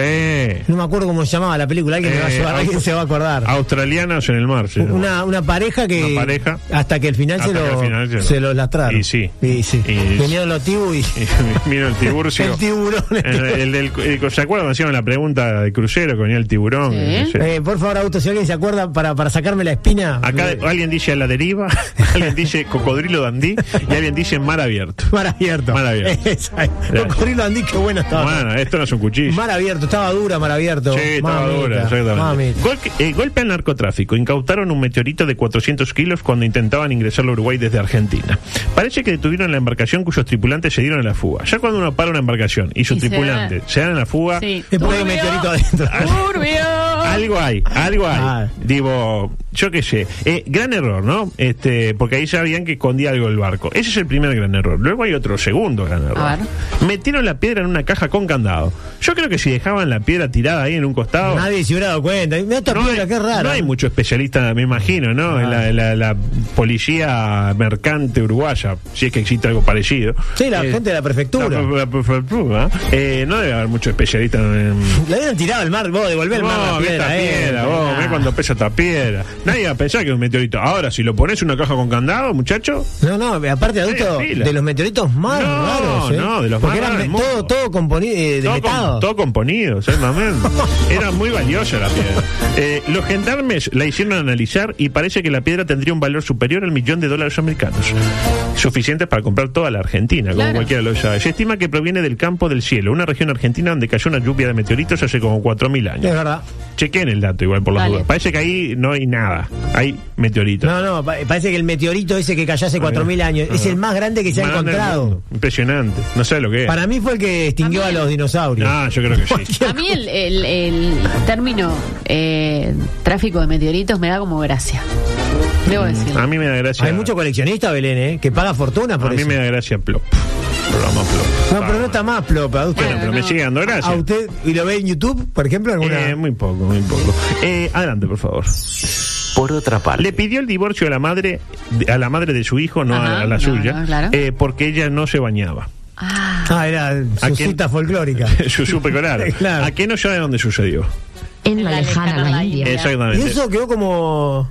S8: No me acuerdo cómo se llamaba la película, alguien, me va a
S9: Eh,
S8: ayudar, alguien
S9: au-
S8: se va a acordar.
S9: Australianos en el mar. se llama.
S8: Una, una pareja que.
S9: Una pareja.
S8: Hasta que el final,
S9: Hasta
S8: se,
S9: que
S8: lo,
S9: al final se-
S8: se los lastraron.
S9: Y sí.
S8: Y sí.
S9: Y-
S8: Vinieron los tibus y.
S9: Y Eh, Miro el tiburcio.
S8: El tiburón.
S9: El, el del- el- ¿Se acuerdan? Hacían la pregunta de crucero que venía el tiburón.
S10: Sí.
S9: No sé.
S8: Eh, por favor, Augusto, si alguien se acuerda para, para sacarme la espina.
S9: Acá
S8: eh,
S9: alguien dice a la deriva, alguien dice cocodrilo dandí y alguien dice mar abierto.
S8: Mar abierto.
S9: Mar abierto.
S8: Exacto.
S9: Ya,
S8: Corilo Andí, qué buena estaba.
S9: Bueno, esto no es un cuchillo.
S8: Mar abierto, estaba dura, mar abierto.
S9: Sí, estaba
S8: Mamita,
S9: dura, exactamente.
S8: mamita.
S9: Gol- eh, golpe al narcotráfico. Incautaron un meteorito de 400 kilos cuando intentaban ingresar a Uruguay desde Argentina. Parece que detuvieron la embarcación cuyos tripulantes se dieron a la fuga. Ya cuando uno para una embarcación y sus
S10: Y se
S9: tripulantes se, dan a la fuga,
S10: Sí.
S8: Es porque hay un
S10: Turbio.
S8: meteorito adentro.
S9: Ah,
S10: Turbio.
S9: algo hay, algo hay.
S8: Ah.
S9: Digo, yo qué sé. Eh, gran error, ¿no? Este, porque ahí sabían que escondía algo el barco. Ese es el primer gran error. Luego hay otro segundo gran error.
S10: A ver.
S9: Metieron la piedra en una caja con candado. Yo creo que si dejaban la piedra tirada ahí en un costado.
S8: Nadie se hubiera dado cuenta. Mira esta piedra, qué raro.
S9: no hay mucho especialista, me imagino, ¿no? En la, la- la policía mercante uruguaya, si es que existe algo parecido.
S8: Sí, la
S9: Eh,
S8: gente de la prefectura.
S9: la- la- la prefectura. Eh, no debe haber mucho especialista en.
S8: La habían tirado al mar, vos devolvés el mar
S9: Vos,
S8: la
S9: mirá esta
S8: piedra, eh.
S9: piedra, vos, mirá
S8: Ah.
S9: cuando pesa esta piedra. Nadie va a pensar que es un meteorito. Ahora, si lo pones en una caja con candado, muchacho,
S8: No, no, aparte adulto,
S9: Media fila.
S8: de los meteoritos más
S9: No,
S8: raros, ¿eh?
S9: no, de los
S8: Porque
S9: más raros
S8: eran
S9: del
S8: me- todo,
S9: mundo.
S8: todo componido, eh,
S9: todo, com-
S8: demetado.
S9: todo componido, ¿sabes, mamá? Era muy valiosa la piedra. Eh, los gendarmes la hicieron analizar y parece que la piedra tendría un valor superior al millón de dólares americanos. Suficientes para comprar toda la Argentina, como
S10: Claro.
S9: cualquiera lo sabe. Se estima que proviene del campo del cielo, una región argentina donde cayó una lluvia de meteoritos hace como 4.000
S8: Es
S9: años.
S8: verdad.
S9: Chequen el dato igual por las
S10: Dale.
S9: dudas. Parece que ahí no hay nada. Hay meteoritos.
S8: No, no, pa- parece que el meteorito ese que cayó hace 4.000 años es el más grande que se ha
S9: Eh, Más grande del
S8: encontrado.
S9: mundo. Impresionante. No sé lo que es.
S8: Para mí fue el que extinguió a
S10: También.
S8: los dinosaurios.
S9: Ah, yo creo que sí.
S10: A mí el, el- el término eh, tráfico de meteoritos me da como gracia. Debo decirlo.
S9: Mm. A mí me da gracia.
S8: Hay mucho coleccionista, Belén, ¿eh? que paga fortuna por
S9: a mí
S8: eso.
S9: me da gracia Plop. Programa Plop.
S8: No, pero no está más plopa. a usted.
S9: Bueno, pero me sigue dando gracia.
S8: ¿A usted y lo ve en YouTube, por ejemplo? alguna
S9: Eh, muy poco, muy poco. Eh, adelante, por favor.
S2: Por otra parte.
S9: Le pidió el divorcio a la madre, de- a la madre de su hijo, no a-
S10: Ajá,
S9: a la
S10: no,
S9: suya,
S10: no, claro.
S9: eh, porque ella no se bañaba.
S10: Ah,
S8: Ah, era su
S9: quién?
S8: cita folclórica.
S9: Yo supe colar.
S8: Claro.
S9: ¿A qué no sabe dónde sucedió?
S13: En la lejana la India.
S8: Y
S9: Exactamente.
S8: eso quedó como...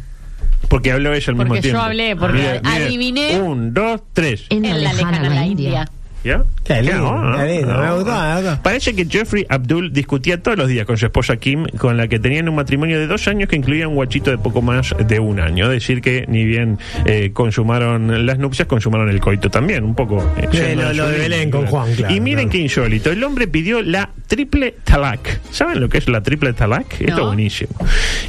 S9: Porque habló ella al
S10: Porque
S9: mismo
S10: yo
S9: tiempo.
S10: hablé, porque
S9: Mire, mire.
S10: adiviné.
S9: Un, dos, tres.
S13: En la lejana la India.
S9: ¿Ya?
S8: Qué lindo, qué lindo, me gustó, me gustó.
S9: Parece que Jeffrey Abdul discutía todos los días con su esposa Kim, con la que tenían un matrimonio de dos años que incluía un guachito de poco más de un año. Es decir, que ni bien eh, consumaron las nupcias, consumaron el coito también, un poco. eh,
S8: Sí,
S9: yendo
S8: lo-
S9: a
S8: lo
S9: su
S8: de
S9: línea,
S8: Belén con Juan, claro,
S9: Y miren
S8: claro.
S9: qué insólito. El hombre pidió la triple talak. ¿Saben lo que es la triple talak? Esto es buenísimo.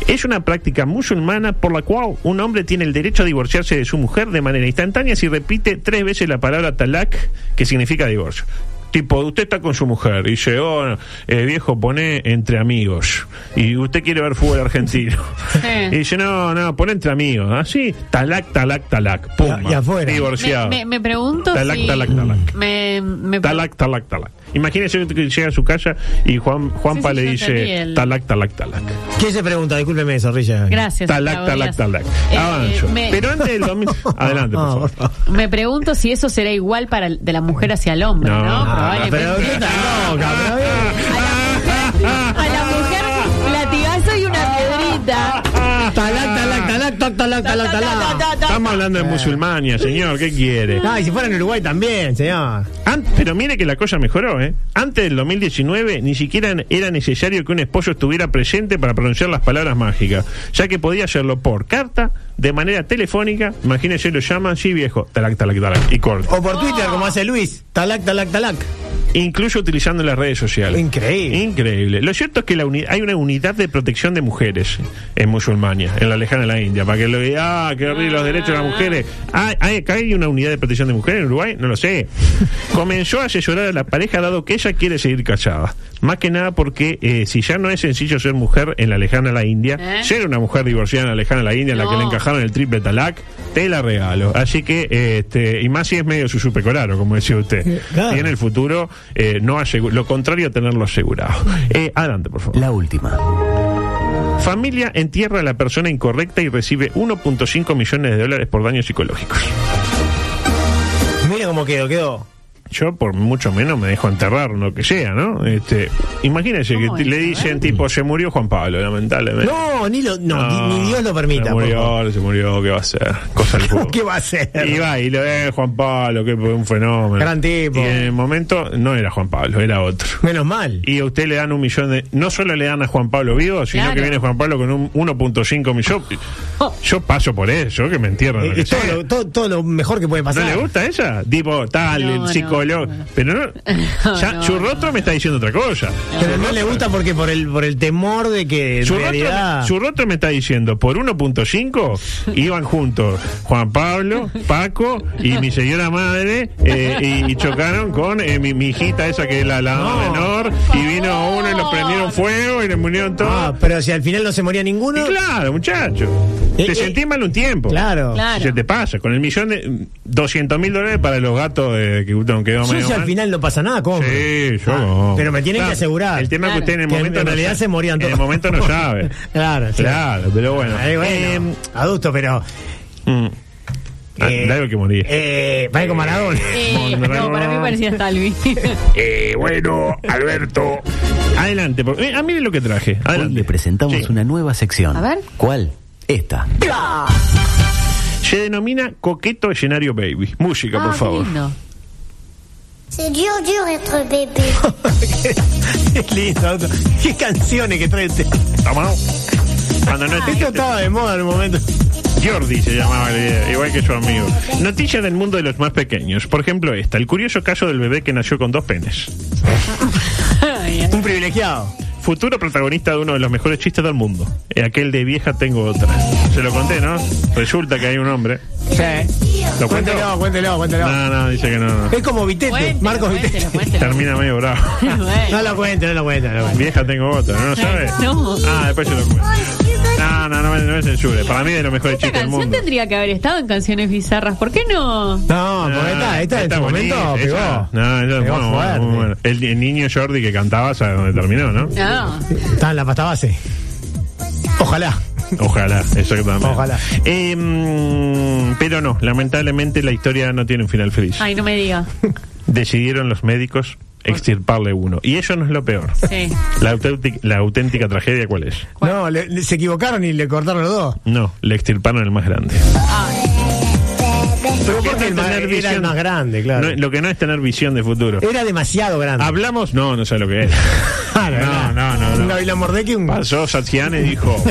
S9: Es una práctica musulmana por la cual un hombre tiene el derecho a divorciarse de su mujer de manera instantánea si repite tres veces la palabra talak, que significa divorcio. Tipo, usted está con su mujer y dice, oh, eh, viejo, pone entre amigos. Y usted quiere ver fútbol argentino.
S10: Sí.
S9: Y dice, no, no, pone entre amigos. Así, talac, talac, talac. Pum.
S8: Y- y afuera.
S9: Divorciado.
S10: me, me- me pregunto
S9: Talac,
S10: si...
S9: talac, talac.
S10: Me, me-
S9: Talac, talac, talac. Imagínese que llega a su casa y Juan, Juanpa
S10: Sí, sí,
S9: le
S10: yo entendí
S9: dice
S10: el-
S9: talac, talac, talac.
S8: ¿Quién se pregunta? Discúlpeme eso, Rilla.
S10: Gracias.
S9: Talac,
S10: Gustavo
S9: talac,
S10: Díaz.
S9: talac.
S10: Eh,
S9: Avanzo.
S10: me-
S9: Pero antes del domingo. Adelante, por
S8: Ah,
S9: favor.
S8: por favor.
S10: Me pregunto si eso será igual para el- de la mujer hacia el hombre, ¿no? pues,
S9: No,
S10: Probablemente.
S8: pero ¿qué está loca? Pero bien.
S10: A la mujer un latigazo y una piedrita.
S8: Talac, talac, talac, toc, talac, talac, talac.
S9: Estamos hablando de musulmania, señor. ¿Qué quiere?
S8: Ah, y si fuera en Uruguay también, señor.
S9: An- pero mire que la cosa mejoró, ¿eh? Antes del 2019 ni siquiera n- era necesario que un esposo estuviera presente para pronunciar las palabras mágicas, ya que podía hacerlo por carta, de manera telefónica, imagínese lo llaman, sí viejo, talac, talac, talac, y corta.
S8: O por Twitter, como hace Luis. Talac, talac, talac.
S9: Incluso utilizando las redes sociales.
S8: Increíble.
S9: Increíble. Lo cierto es que la uni- hay una unidad de protección de mujeres en Musulmania, en la lejana la India, para que lo diga, ah, que horrible los derechos de las mujeres. Ah, hay, acá hay una unidad de protección de mujeres en Uruguay, no lo sé. Comenzó a asesorar a la pareja dado que ella quiere seguir casada. Más que nada porque eh, si ya no es sencillo ser mujer en la lejana la India,
S10: ¿Eh?
S9: ser una mujer divorciada en la lejana la India, en la que
S10: No.
S9: le encajaron el triple talac, te la regalo. Así que, eh, este, y más si es medio su supercoraro, como decía usted.
S8: Claro.
S9: Y en el futuro, eh, no asegu- lo contrario a tenerlo asegurado. Eh, adelante, por favor.
S2: La última.
S9: Familia entierra a la persona incorrecta y recibe 1.5 millones de dólares por daños psicológicos.
S8: Mira cómo quedó, quedó.
S9: Yo por mucho menos me dejo enterrar, lo que sea, ¿no? Este, imagínense que
S10: ¿Cómo
S9: te-
S10: es?
S9: le
S10: A ver.
S9: dicen tipo, se murió Juan Pablo, lamentablemente. Ah,
S8: No, ni, lo, no, ni, ni Dios lo permita.
S9: Se
S8: por favor.
S9: murió, se murió, ¿qué va a ser? Cosa del fútbol.
S8: ¿Qué va a hacer?
S9: Y va, y lo eh, Juan Pablo, que fue un fenómeno.
S8: Gran tipo.
S9: Y en el momento no era Juan Pablo, era otro.
S8: Menos mal.
S9: Y a usted le dan un millón de. No solo le dan a Juan Pablo vivo, sino
S10: Claro.
S9: que viene Juan Pablo con un 1.5 millón.
S10: Oh.
S9: Yo paso por eso, que me entierran. lo
S8: Eh,
S9: que
S8: eh, todo,
S9: sea.
S8: lo, todo, todo lo mejor que puede
S9: ¿No
S8: pasar.
S9: le gusta esa? Tipo, tal,
S10: No,
S9: el
S10: no.
S9: psico color. Pero no, ya,
S10: No,
S9: su rostro me está diciendo otra cosa.
S8: Pero no le gusta porque por el, por el temor de que en
S9: Su rostro,
S8: realidad...
S9: me, su rostro me está diciendo, por 1.5 iban juntos Juan Pablo, Paco y mi señora madre eh, y, y chocaron con eh, mi, mi hijita esa que es la, la dama menor y vino uno y lo prendieron fuego y le murieron todos.
S8: Ah, pero si al final no se moría ninguno...
S9: Y claro, muchacho.
S8: Eh,
S9: te
S8: eh.
S9: sentís mal un tiempo.
S8: Claro. Claro.
S9: Se te pasa. Con el millón de. 200 mil dólares para los gatos eh, que gustan que
S8: Yo
S9: medio
S8: si al
S9: mal.
S8: final no pasa nada, ¿cómo?
S9: Sí, yo.
S8: Ah, pero me tienen
S9: Claro,
S8: que asegurar.
S9: El tema es que usted en el
S8: Que
S9: momento.
S8: en
S9: no
S8: realidad
S9: sabe.
S8: se morían todos.
S9: En el momento no sabe.
S8: claro, sí.
S9: Claro, pero bueno.
S8: Ahí, bueno, adulto, pero...
S9: Mm. Ah,
S8: Eh,
S9: dale que morir.
S8: Eh, Paco Maradona.
S10: Eh, no, para mí parecía Talvi.
S9: Eh, bueno, Alberto. Adelante. por- eh, ah, miren lo que traje.
S2: Hoy
S9: Adelante.
S2: le presentamos
S9: Sí.
S2: una nueva sección.
S10: A ver.
S2: ¿Cuál? Esta.
S9: Se denomina Coqueto Escenario Baby. Música,
S8: Ah,
S9: por favor.
S14: C'est dur, dur être bébé.
S8: Qué lindo, auto. Qué canciones que trae este.
S9: Tomado. Cuando no
S8: Esto estaba de moda en un momento.
S9: Jordi se llamaba el video, igual que su amigo. Noticias del mundo de los más pequeños. Por ejemplo, esta. El curioso caso del bebé que nació con dos penes.
S8: Un privilegiado.
S9: Futuro protagonista de uno de los mejores chistes del mundo. Eh, Aquel de vieja tengo otra. Se lo conté, ¿no? Resulta que hay un hombre.
S8: Sí.
S9: ¿Lo cuento?
S8: Cuéntelo, cuéntelo, cuéntelo.
S9: No, no, dice que no, no.
S8: Es como Vitete, Marcos Vitete.
S9: Termina medio bravo.
S8: No lo cuente, no lo cuente. No lo cuente.
S9: Vieja tengo otra, ¿no lo sabes?
S10: No.
S9: Ah, después yo lo cuento. No, no, no me, no me censure. Para mí es de los mejores
S10: Esta
S9: chistes del
S10: canción
S9: mundo.
S10: tendría que haber estado en canciones bizarras. ¿Por qué no?
S8: No, porque
S9: Ah,
S8: esta, esta en su
S9: bonita,
S8: momento pegó.
S9: esa- No, esa es
S8: Pegó
S9: muy buena, muy
S8: fuerte.
S9: buena. El, el niño Jordi que cantaba, sabe dónde terminó, ¿no?
S10: No.
S8: Está en la pasta base. Ojalá.
S9: Ojalá, exactamente.
S8: Ojalá.
S9: Eh, mm, pero no, lamentablemente la historia no tiene un final feliz.
S10: Ay, no me diga.
S9: Decidieron los médicos extirparle uno. Y eso no es lo peor.
S10: Sí.
S9: La, auténtica, la auténtica tragedia, ¿cuál es?
S8: No, le- le- se equivocaron y le cortaron los dos.
S9: No, le extirparon el más grande.
S8: Pero
S9: ¿Qué
S8: porque
S9: tal
S8: el ma-
S9: tener
S8: era el
S9: visión?
S8: más grande, claro. Eh,
S9: No, lo que no es tener visión de futuro.
S8: Era demasiado grande.
S9: Hablamos, no, no sé lo que es. Ah,
S8: Ah, la
S9: No,
S8: verdad.
S9: no, no.
S8: Un
S9: no.
S8: Gavilán Mordecki, un.
S9: Pasó Satián y dijo.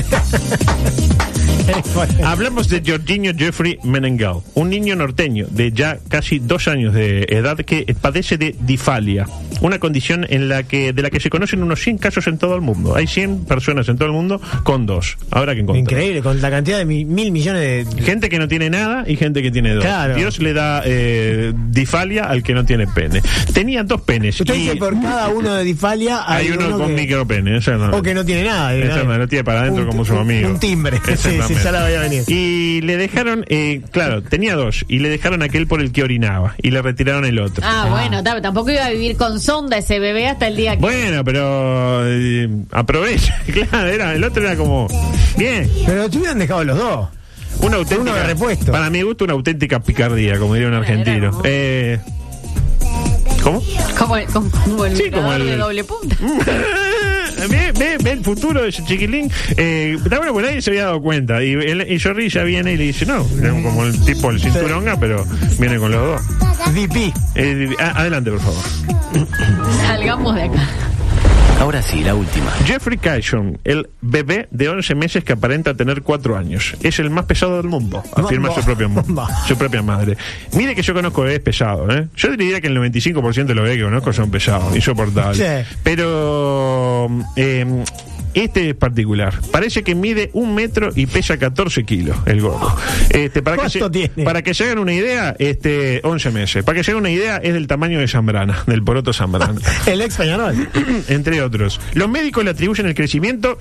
S9: Hablamos de Jorginho Jeffrey Menengal, un niño norteño de ya casi dos años de edad que padece de difalia, una condición en la que de la que se conocen unos 100 casos en todo el mundo. Hay 100 personas en todo el mundo con dos. Ahora que encontré.
S8: Increíble, con la cantidad de mi- mil millones de.
S9: Gente que no tiene nada y gente que tiene dos.
S8: Claro.
S9: Dios le da eh, difalia al que no tiene pene. Tenía dos penes.
S8: Usted
S9: y
S8: dice por cada uno de Difalia
S9: hay uno, con
S8: que,
S9: micropene. Eso no.
S8: O que no tiene nada. eh,
S9: Eso no, no tiene para adentro
S8: Un-
S9: como su
S8: un-
S9: amigo.
S8: Un timbre. Sí, sí,
S9: Exactamente.
S8: ya la voy a venir.
S9: Y le dejaron, eh, claro, tenía dos, y le dejaron aquel por el que orinaba, y le retiraron el otro.
S10: Ah, bueno, ta- tampoco iba a vivir con sonda ese bebé hasta el día que.
S9: Bueno, pero eh, aprovecha, claro, era, el otro era como, bien,
S8: Pero te hubieran dejado los dos.
S9: una auténtica,
S8: de repuesto.
S9: para mi gusto una auténtica picardía, como diría un
S10: era
S9: argentino.
S10: como-
S9: Eh, ¿Cómo?
S10: Como el, como, como el
S9: Sí, como
S10: vibrador
S9: el-
S10: de doble punta.
S9: Mm. Ve, ve, ve el futuro de ese chiquilín. Eh, está bueno, pues nadie se había dado cuenta. Y, él, y Jordi ya viene y le dice, no, era como el tipo el cinturonga, pero viene con los dos.
S8: DP.
S9: Eh, a- adelante, por favor. Mm.
S10: Salgamos de acá.
S2: Ahora sí, la última.
S9: Jeffrey Cashon, el bebé de 11 meses que aparenta tener 4 años. Es el más pesado del mundo, afirma
S8: Mambo.
S9: su, propio, mu-
S8: Mambo.
S9: su propia madre. Mire que yo conozco bebés pesados, ¿eh? Yo diría que el 95% de los bebés que conozco son pesados, insoportables.
S8: Sí.
S9: Pero... eh, este es particular. Parece que mide un metro y pesa 14 kilos el gordo. Este, para, que
S8: ¿Cuánto tiene?
S9: para que se hagan una idea, este 11 meses. Para que se hagan una idea, es del tamaño de Zambrana, del poroto Zambrana.
S8: El ex Peñarol.
S9: entre otros. Los médicos le atribuyen el crecimiento,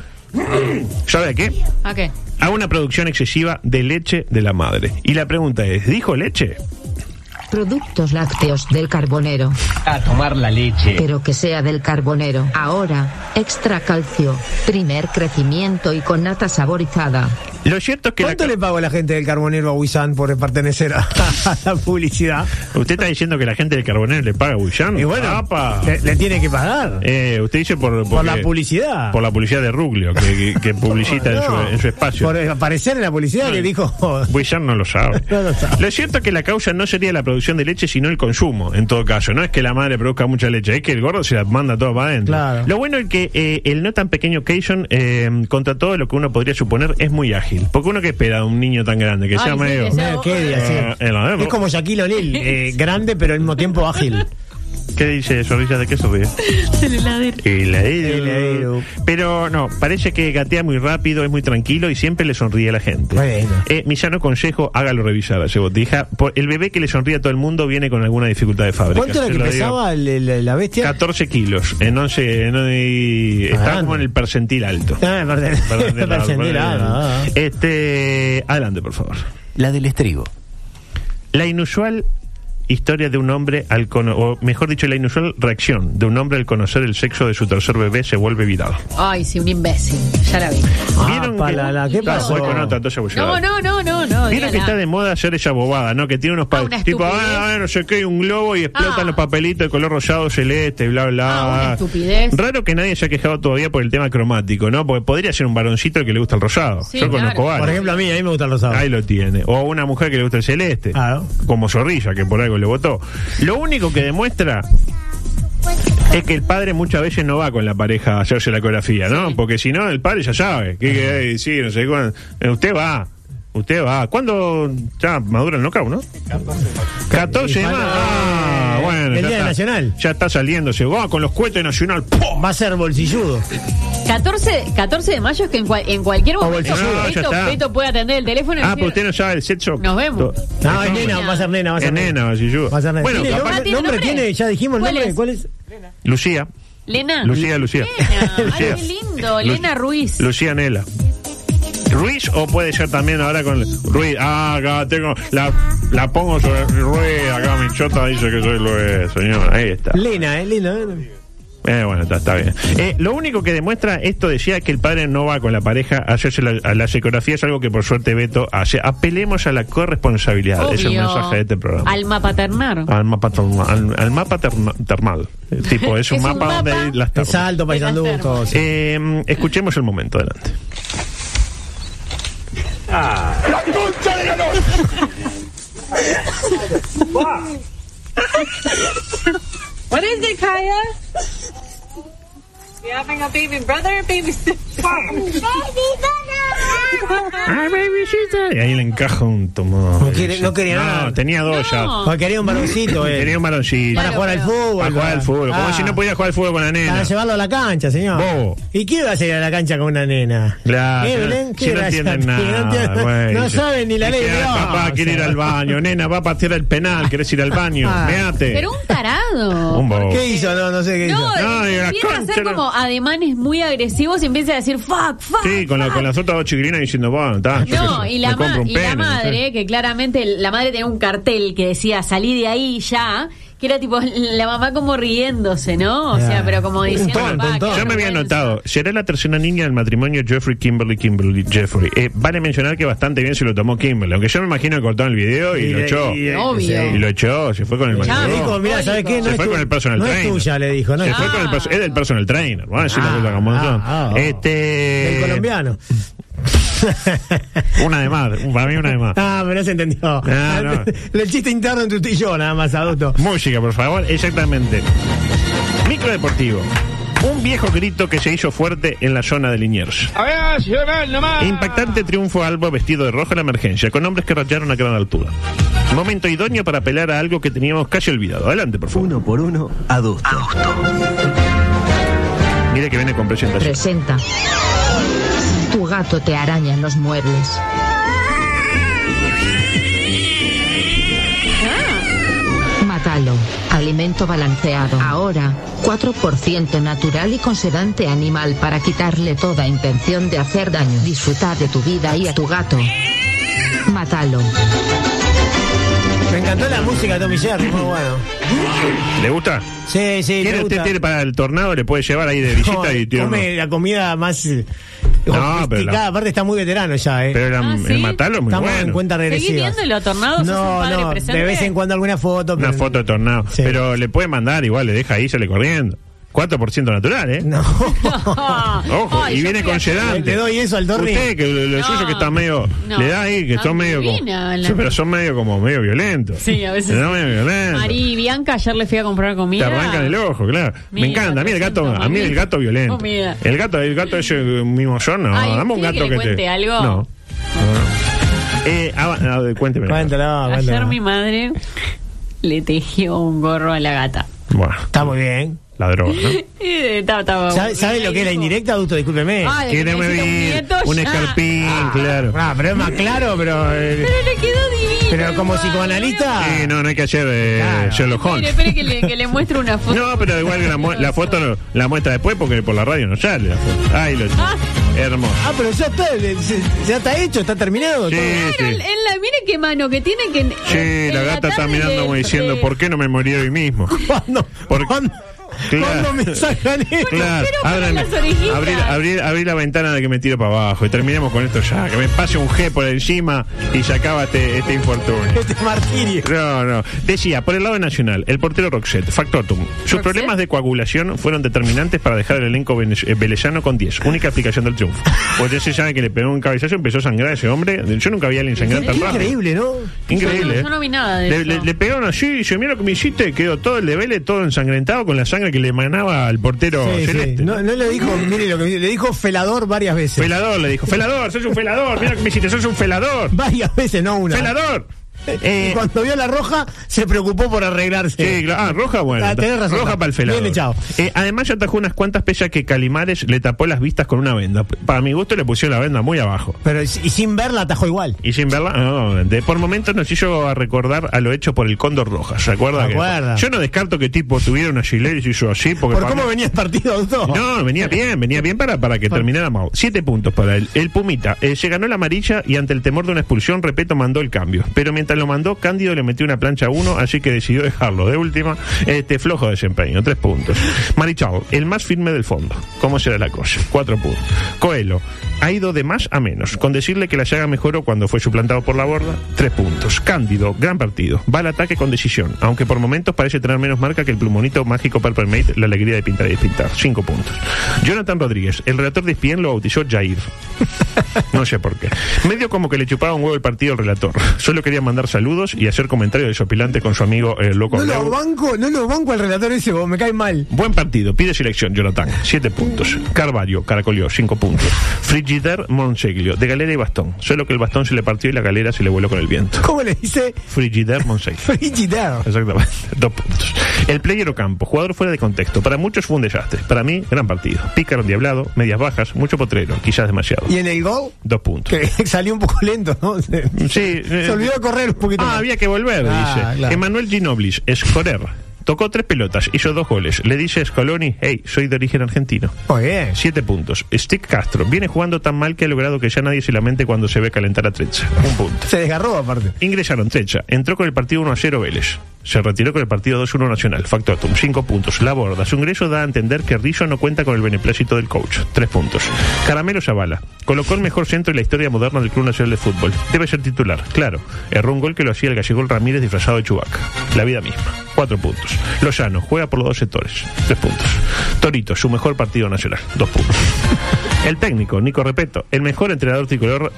S9: ¿sabe a qué?
S10: ¿A qué?
S9: A una producción excesiva de leche de la madre. Y la pregunta es, ¿dijo leche?
S13: Productos lácteos del carbonero.
S7: A tomar la leche.
S13: Pero que sea del carbonero. Ahora, extra calcio, primer crecimiento y con nata saborizada.
S9: Lo cierto es que... la
S8: ¿Cuánto le pagó la gente del carbonero a Wisan por pertenecer a, a la publicidad?
S9: ¿Usted está diciendo que la gente del carbonero le paga a Guyano?
S8: Y bueno,
S9: ¡Apa!
S8: le, le tiene que pagar.
S9: Eh, usted dice por,
S8: por
S9: porque-
S8: la publicidad.
S9: Por la publicidad de Ruglio, que, que- que publicita en,
S8: No,
S9: su, en su espacio.
S8: Por aparecer en la publicidad que dijo.
S9: Buillard Pues no lo sabe.
S8: No lo sabe.
S9: Lo cierto es que la causa no sería la producción de leche, sino el consumo, en todo caso. No es que la madre produzca mucha leche, es que el gordo se la manda toda para adentro.
S8: Claro.
S9: Lo bueno es que eh, el no tan pequeño Cation, eh, contra todo lo que uno podría suponer, es muy ágil. Porque uno que espera de un niño tan grande, que
S8: Ay,
S9: sea
S8: sí,
S9: medio...
S8: que sea- Medio que día, sí.
S9: Eh, eh, la-
S8: Es como Shaquille O'Neal, eh, grande pero al mismo tiempo ágil.
S9: ¿Qué dice Zorrilla de queso? Fede?
S10: El heladero.
S9: Heladero. Pero no, parece que gatea muy rápido, es muy tranquilo y siempre le sonríe a la gente. Eh, mi sano consejo, hágalo revisar a ese botija. Por- el bebé que le sonríe a todo el mundo viene con alguna dificultad de fábrica.
S8: ¿Cuánto era
S9: se
S8: que
S9: lo digo.
S8: pesaba el- el- la bestia?
S9: 14 kilos. En 11, en, y está como en el percentil alto.
S8: Ah, perdón.
S9: Perdón, de la-
S8: Ah, Percentil, ah, ah, ah.
S9: Este, adelante, por favor.
S2: La del estribo.
S9: La inusual historia de un hombre al cono- o mejor dicho, la inusual reacción de un hombre al conocer el sexo de su tercer bebé se vuelve viral.
S10: Ay, sí, un imbécil. Ya la vi.
S9: ¿Vieron que-
S8: Ah, ¿qué
S9: Claro,
S8: pasó?
S9: voy con otra, entonces voy a
S10: No,
S9: llorar.
S10: no, no, no, no. diga
S9: Vieron que
S10: nada.
S9: está de moda hacer esa bobada, ¿no? Que tiene unos pa-
S10: una
S9: tipo,
S10: estupidez. Ah.
S9: ah, ah, no sé qué, y un globo y explotan los papelitos de color rosado, celeste, bla, bla.
S10: una estupidez.
S9: Raro que nadie se ha quejado todavía por el tema cromático, ¿no? Porque podría ser un varoncito que le gusta el rosado.
S10: Sí,
S9: Yo conozco
S10: claro.
S9: varios.
S8: Por ejemplo, a mí, a mí me gusta el rosado.
S9: Ahí lo tiene. O una mujer que le gusta el celeste.
S8: Ah,
S9: Como Zorrilla, que por algo le votó. Lo único que demuestra es que el padre muchas veces no va con la pareja a hacerse la ecografía, ¿no? Porque si no, el padre ya sabe. Que, que, eh, sí, no sé cuándo. Eh, Usted va. Usted va. ¿Cuándo ya madura el knockout, no? 14 de mayo. Ah, bueno.
S8: eh, El
S9: ya
S8: Día
S9: está.
S8: Nacional.
S9: Ya está saliéndose. Va con los cohetes nacional. ¡pum!
S8: Va a ser bolsilludo.
S9: Ah,
S10: 14, 14 de mayo es que en, cual- en cualquier momento
S9: bolsillo. No, Ah, ya
S10: Beto,
S9: está.
S10: Beto puede atender el teléfono y
S9: Ah,
S10: decir,
S9: pero usted no sabe el sexo.
S10: Nos vemos.
S8: No, es nena, va a ser nena, va a
S9: Es
S8: ser nena.
S9: nena, Basillú.
S8: Va a ser nena.
S9: Bueno,
S8: ¿Tiene
S9: capaz-
S8: nombre,
S10: ¿Tiene
S8: nombre?
S10: nombre?
S8: tiene? Ya dijimos el
S10: ¿Cuál
S8: nombre.
S10: es?
S8: ¿Cuál es?
S9: Lucía.
S10: Lena.
S9: Lucía, Lucía.
S10: Lena. Ay,
S9: Lucía.
S10: qué lindo.
S9: Lu-
S10: Lena Ruiz.
S9: Lucía Nela. Ruiz o puede ser también ahora con Ruiz. Ah, acá tengo la, la pongo sobre Ruiz. Acá mi chota dice que soy Luis, señor. Ahí está.
S8: Lena, es linda. eh.
S9: Eh, bueno, está, está bien. Eh, lo único que demuestra esto decía que el padre no va con la pareja a hacerse la, a la ecografía es algo que por suerte Beto hace. Apelemos a la corresponsabilidad. Ese es el
S10: Obvio.
S9: mensaje de este programa.
S10: Alma paternar.
S9: Al mapa, terma- al, al mapa terma- termal. Eh, Tipo, es un
S10: Es un
S9: mapa donde
S10: mapa
S9: hay las termas.
S8: Es alto, paisandú,
S10: Las termas.
S8: todo. sí.
S9: Eh, escuchemos el momento, adelante.
S3: ¡La concha de la noche!
S15: What is it, Kaya? You having a baby brother or baby sister? baby brother!
S9: Ah, babycita. Y ahí le encaja un tomón.
S8: No quiere- no quería nada.
S9: tenía dos ya.
S8: Porque quería un baloncito, eh.
S9: Tenía un varoncito.
S8: Para jugar al fútbol.
S9: Para jugar al fútbol. Como
S8: Ah,
S9: si no podía jugar al fútbol con la nena.
S8: Para llevarlo a la cancha, señor.
S9: Bobo.
S8: ¿Y qué va a hacer a la cancha con una nena?
S9: Claro,
S8: ¿Eh,
S9: si no-
S8: Belén?
S9: si
S8: ¿Qué
S9: no
S8: gracia
S9: entienden
S8: tiene?
S9: nada.
S8: No entienden-
S9: güey.
S8: no saben ni la
S9: Dice,
S8: ley,
S9: "Ah,
S8: no".
S9: Papá quiere ir al baño, nena, va a partir el penal, querés ir al baño,
S8: Ah.
S9: meate.
S10: Pero un tarado.
S9: Un bobo.
S8: ¿Qué hizo? No, no sé qué hizo.
S10: No,
S9: No, y la
S10: empieza a
S9: concha,
S10: hacer
S9: no.
S10: como ademanes muy agresivos y empieza a decir fuck, fuck.
S9: Sí, con, la- con las otras dos chiquilinas diciendo, bueno, está. yo
S10: No,
S9: qué sé,
S10: y
S9: me
S10: la,
S9: compro
S10: ma-
S9: un
S10: y la
S9: pene, no sé".
S10: madre, que claramente la madre tenía un cartel que decía salí de ahí ya, que era tipo la mamá como riéndose, ¿no? O sea, pero como diciendo. "Papá, qué
S9: Yo me había
S10: vergüenza".
S9: notado, será la tercera niña del matrimonio Jeffrey Kimberly Kimberly Jeffrey. Eh, vale mencionar que bastante bien se lo tomó Kimberly, aunque yo me imagino que cortaron el video y,
S8: Y
S9: lo
S8: le-
S9: echó.
S8: y-
S10: Obvio.
S9: Y lo echó, se fue con el
S8: Le
S9: matrimonio.
S8: dijo, mira, ¿sabes qué? No
S9: se
S8: es
S9: fue
S8: tu-
S9: con el personal
S8: No es
S9: trainer.
S8: tuya, le dijo. No
S9: Se
S8: es
S9: fue
S8: tuya.
S9: con el perso- es del personal trainer, vamos a decir la
S8: Ah,
S9: cosa como son.
S8: ah, ah.
S9: Este
S8: El colombiano.
S9: una de más, para mí una de más.
S8: Ah, pero no se entendió.
S9: Ah, no.
S8: El chiste interno entre usted y yo, nada más, adulto.
S9: Música, por favor, exactamente. Micro deportivo. Un viejo grito que se hizo fuerte en la zona de Liniers.
S3: A ver, señor, ven nomás.
S9: Impactante triunfo Albo vestido de rojo en la emergencia, con hombres que rayaron a gran altura. Momento idóneo para apelar a algo que teníamos casi olvidado. Adelante, por favor.
S2: Uno por uno, adusto.
S9: Mire que viene con presentación.
S13: Presenta. Tu gato te araña en los muebles. Mátalo. Alimento balanceado. Ahora, 4% natural y con sedante animal para quitarle toda intención de hacer daño. Disfruta de tu vida y a tu gato. Mátalo.
S8: Me encantó la música de Tommy Jerry, muy bueno.
S9: ¿Le gusta?
S8: Sí, sí, me
S9: ¿Quiere usted
S8: gusta.
S9: tiene para el tornado? Le puede llevar ahí de visita y tiene uno.
S8: Come la comida más eh,
S9: No,
S8: sofisticada.
S9: pero la-
S8: Aparte está muy veterano ya, ¿eh?
S9: Pero era-
S10: Ah, ¿sí?
S9: el matalo es muy
S8: Estamos en
S9: bueno.
S8: cuenta
S10: ¿Seguís
S8: regresiva.
S10: viéndolo, Tornado? ¿Sos un
S8: No,
S10: padre
S8: no,
S10: presente?
S8: de vez en cuando alguna foto.
S9: Una
S8: pero-
S9: foto de tornado. Pero le puede mandar igual, le deja ahí, sale corriendo. 4% natural, ¿eh?
S8: No.
S9: Ojo,
S10: Ay,
S9: y
S10: yo
S9: viene
S10: estoy
S9: con
S10: aquí.
S9: sedante.
S8: Le doy eso al Torri.
S9: Usted, que lo, lo
S10: No.
S9: suyo que está medio.
S10: No.
S9: Le da ahí, que
S10: Está
S9: son medio. como-
S10: divina la-
S9: Sí, pero son medio como medio violentos.
S10: Sí, a veces
S9: Le da
S10: sí.
S9: medio violento.
S10: Mari y Bianca, ayer le fui a comprar
S9: Te
S10: comida.
S9: arrancan el ojo, claro.
S10: Mira,
S9: me encanta, a mí el gato,
S10: presento,
S9: a mí el
S10: mamita.
S9: gato violento.
S10: Comida.
S9: El gato, el gato ese mismo yo, no.
S10: Ay,
S9: Dame un
S10: ¿quiere
S9: gato que,
S10: que le
S9: te.
S10: cuente algo?
S9: No. No. Eh, ah, no, cuénteme.
S8: Cuéntalo,
S10: Ayer
S8: cuéntalo.
S10: mi madre le tejió un gorro a la gata.
S9: Bueno,
S8: Está muy bien.
S9: la droga, ¿no?
S8: ¿Sabe, sabe lo que es la indirecta, adulto? Discúlpeme.
S10: Ay,
S9: Quiere
S10: Ah,
S9: medir
S10: necesito un nieto
S9: un
S10: ya.
S9: escarpín, claro.
S8: Ah, pero es más claro, pero. eh,
S10: Pero le quedó divino.
S8: pero como
S10: igual.
S8: psicoanalista.
S9: Sí, no, no hay que hacer eh,
S8: Claro.
S9: Sherlock
S10: Espere,
S9: Holmes.
S10: espere que le, que le muestre una foto.
S9: No, pero igual que la, mu- la foto no- la muestra después porque por la radio no sale la foto. Ay, lo
S10: Ah.
S9: hermoso.
S8: Ah, pero ya está, eh, se- ya está hecho, está terminado.
S9: Sí,
S8: todo.
S10: Claro,
S9: sí.
S10: en la, mire qué mano que tiene que.
S9: este. Sí,
S10: en
S9: la gata está
S10: tarde
S9: mirando como
S10: del-
S9: diciendo,
S10: de-
S9: ¿por qué no me morí hoy mismo?
S8: ¿Cuándo?
S9: Por-
S8: ¿Cuándo?
S9: Claro.
S8: ¿Cuándo me sacan esto?
S9: Claro,
S10: pero para
S9: ábreme.
S10: las orejitas.
S9: abrir, abrir, abrir la ventana de que me tiro para abajo y terminemos con esto ya. Que me pase un G por encima y se acaba este, este infortunio.
S8: Este martirio.
S9: No, no. Decía, por el lado nacional, el portero Roxette, factotum. Sus
S10: ¿Roxette?
S9: problemas de coagulación fueron determinantes para dejar el elenco vene- eh, velezano con 10. Única explicación del triunfo. Pues ya se sabe que le pegó un cabezazo, empezó a sangrar ese hombre. Yo nunca había alguien sangrar
S8: Qué
S9: tan rápido.
S8: increíble, ¿no?
S9: Increíble.
S10: Yo no-
S9: ¿eh?
S10: yo no vi nada de
S9: le,
S10: eso.
S9: le- le pegaron así y dice, mira lo que me hiciste. Quedó todo el de Vélez, todo ensangrentado con la sangre que le emanaba al portero
S8: Sí, sí.
S9: celeste.
S8: No, no le dijo, mire lo que me dijo, le dijo felador varias veces.
S9: Felador, le dijo. Felador, sos un felador. Mira lo que me hiciste, sos un felador.
S8: varias veces, no una.
S9: Felador. Eh,
S8: y cuando vio la roja, se preocupó por arreglarse.
S9: Sí, claro. Ah, roja, bueno.
S8: Eh, Ah, tenés razón.
S9: roja para el felador.
S8: Bien echado.
S9: Eh, además, ya atajó unas cuantas pesas que Calimares le tapó las vistas con una venda. Para mi gusto, le pusieron la venda muy abajo.
S8: Pero y sin verla atajó igual.
S9: Y sin verla, no, de, por momentos nos hizo a recordar a lo hecho por el Cóndor Roja. ¿Se acuerda?
S8: Me
S9: que-
S8: acuerdo.
S9: yo no descarto que tipo tuviera una chilena y se hizo así. Porque
S8: ¿Por
S9: para
S8: cómo
S9: mí-
S8: venía el partido adulto?
S9: No, venía bien, venía bien para, para que terminara Mau. Siete puntos para él. El Pumita eh, se ganó la amarilla y ante el temor de una expulsión, Repeto mandó el cambio. Pero mientras lo mandó, Cándido le metió una plancha a uno, así que decidió dejarlo. De última, este flojo desempeño, tres puntos. Marichal, el más firme del fondo. ¿Cómo será la cosa? Cuatro puntos. Coelho, ha ido de más a menos, con decirle que la llaga mejoró cuando fue suplantado por la borda, tres puntos. Cándido, gran partido. Va al ataque con decisión, aunque por momentos parece tener menos marca que el plumonito mágico Purple Mate, la alegría de pintar y despintar. Cinco puntos. Jonathan Rodríguez, el relator de Espien lo bautizó Jair. No sé por qué. Medio como que le chupaba un huevo el partido al relator. Solo quería mandar saludos y hacer comentarios desopilantes con su amigo eh, Loco
S8: No lo
S9: Abreu.
S8: banco, no lo banco al relator ese, vos, me cae mal.
S9: Buen partido, pide selección, Jonathan, 7 puntos. Carvalho, Caracolio, 5 puntos. Frigider, Monseglio, de galera y bastón. Solo que el bastón se le partió y la galera se le voló con el viento.
S8: ¿Cómo le dice?
S9: Frigider, Monseglio.
S8: Frigidaire.
S9: Exactamente, dos puntos. El player Ocampo, jugador fuera de contexto. Para muchos fue un desastre. Para mí, gran partido. Pícaro, diablado, medias bajas, mucho potrero, quizás demasiado.
S8: Y en el gol,
S9: Dos puntos.
S8: que salió un poco lento, ¿no? Se,
S9: Sí,
S8: se olvidó de correr un poquito.
S9: Ah,
S8: más.
S9: había que volver,
S8: Ah,
S9: dice.
S8: claro.
S9: Emanuel Ginoblis, escorer. Tocó tres pelotas, hizo dos goles. Le dice Scoloni, hey, soy de origen argentino.
S8: Muy bien.
S9: Siete puntos. Stick Castro viene jugando tan mal que ha logrado que ya nadie se lamente cuando se ve calentar a Trecha. Un punto.
S8: Se desgarró aparte.
S9: Ingresaron Trecha. Entró con el partido 1 a 0 Vélez. Se retiró con el partido 2-1 Nacional. Factotum, cinco puntos. La borda. Su ingreso da a entender que Rizzo no cuenta con el beneplácito del coach. Tres puntos. Caramelo Zavala. Colocó el mejor centro en la historia moderna del Club Nacional de Fútbol. Debe ser titular. Claro. Erró un gol que lo hacía el gallego Ramírez disfrazado de Chubaca. La vida misma. Cuatro puntos. Lozano. Juega por los dos sectores. Tres puntos. Torito. Su mejor partido nacional. Dos puntos. El técnico, Nico Repeto. El mejor entrenador tricolor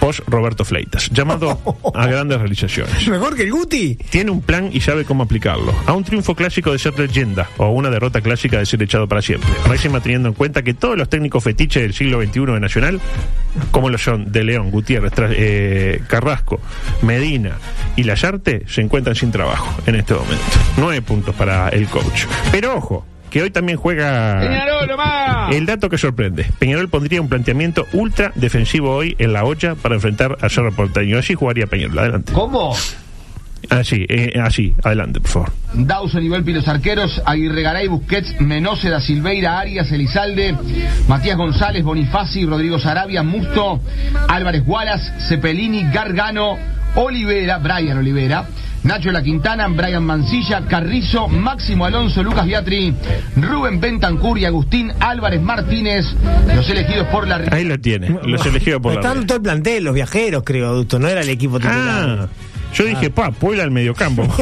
S9: post Roberto Fleitas. Llamado a grandes realizaciones.
S8: Mejor que el Guti.
S9: Tiene un plan y sabe cómo aplicarlo. A un triunfo clásico de ser leyenda o a una derrota clásica de ser echado para siempre. Máxima teniendo en cuenta que todos los técnicos fetiches del siglo XXI de Nacional, como lo son De León, Gutiérrez, Tra- eh, Carrasco, Medina y Layarte, se encuentran sin trabajo en este momento. Nueve puntos para el coach. Pero ojo, que hoy también juega...
S3: Peñarol, nomás.
S9: El dato que sorprende. Peñarol pondría un planteamiento ultra defensivo hoy en la olla para enfrentar a Cerro Porteño. Así jugaría Peñarol. Adelante.
S16: ¿Cómo?
S9: Así, eh, así. Adelante, por favor.
S16: Dawson y Belpi los arqueros, Aguirre Garay, Busquets, Menose, da Silveira, Arias, Elizalde, Matías González, Bonifaci, Rodrigo Sarabia, Musto, Álvarez Gualas, Cepelini, Gargano, Olivera, Brian Olivera, Nacho de La Quintana, Brian Mancilla, Carrizo, Máximo Alonso, Lucas Biatri, Rubén Bentancur y Agustín Álvarez Martínez, los elegidos por la
S9: Ahí lo tiene. Los elegidos por la
S8: Estaban
S9: red.
S8: todo el plantel, los viajeros, creo, adulto. No era el equipo
S9: Ah,
S8: titular.
S9: Yo dije, pa, Puebla al mediocampo.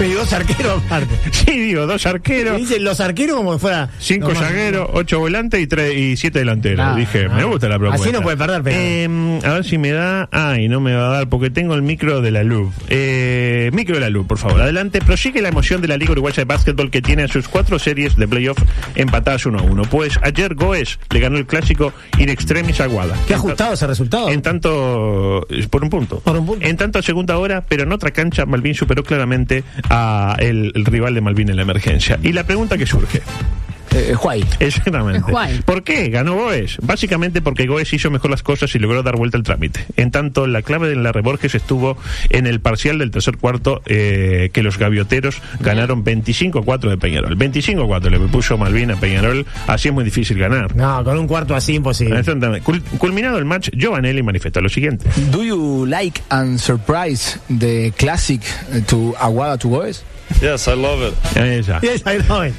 S8: Me dio dos arqueros aparte.
S9: sí, digo, dos arqueros.
S8: Dicen los arqueros como que fuera.
S9: Cinco
S8: nomás,
S9: zagueros, ocho volantes y, tres, y siete delanteros.
S8: Nada,
S9: Dije,
S8: nada.
S9: me gusta la propuesta.
S8: Así no puede perder, pero-
S9: Eh, a ver si me da. Ay, no me va a dar porque tengo el micro de la luz. Eh, micro de la luz, por favor. Adelante, prosigue la emoción de la Liga Uruguaya de Básquetbol que tiene a sus cuatro series de playoff empatadas uno a uno. Pues ayer Goes le ganó el clásico in extremis a Aguada.
S8: Qué ajustado ese resultado.
S9: En tanto, eh, por un punto. En tanto, a segunda hora, pero en otra cancha, Malvin superó claramente a el, el rival de Malvin en la emergencia. Y la pregunta que surge. Eh,
S8: Juay.
S9: Exactamente.
S10: Juay.
S9: ¿Por qué ganó Goes? Básicamente porque Goes hizo mejor las cosas y logró dar vuelta al trámite. En tanto, la clave de la Reborges estuvo en el parcial del tercer cuarto eh, que los gavioteros ganaron 25-4 de Peñarol. 25-4 le puso Malvin a Peñarol. Así es muy difícil ganar.
S8: No, con un cuarto así imposible.
S9: Exactamente. Cul- culminado el match, Giovanelli manifestó lo siguiente.
S17: Do you like and surprise the classic eh, to Aguada to Goes?
S18: Yes, I love it.
S9: Esa.
S8: Yes, I know it.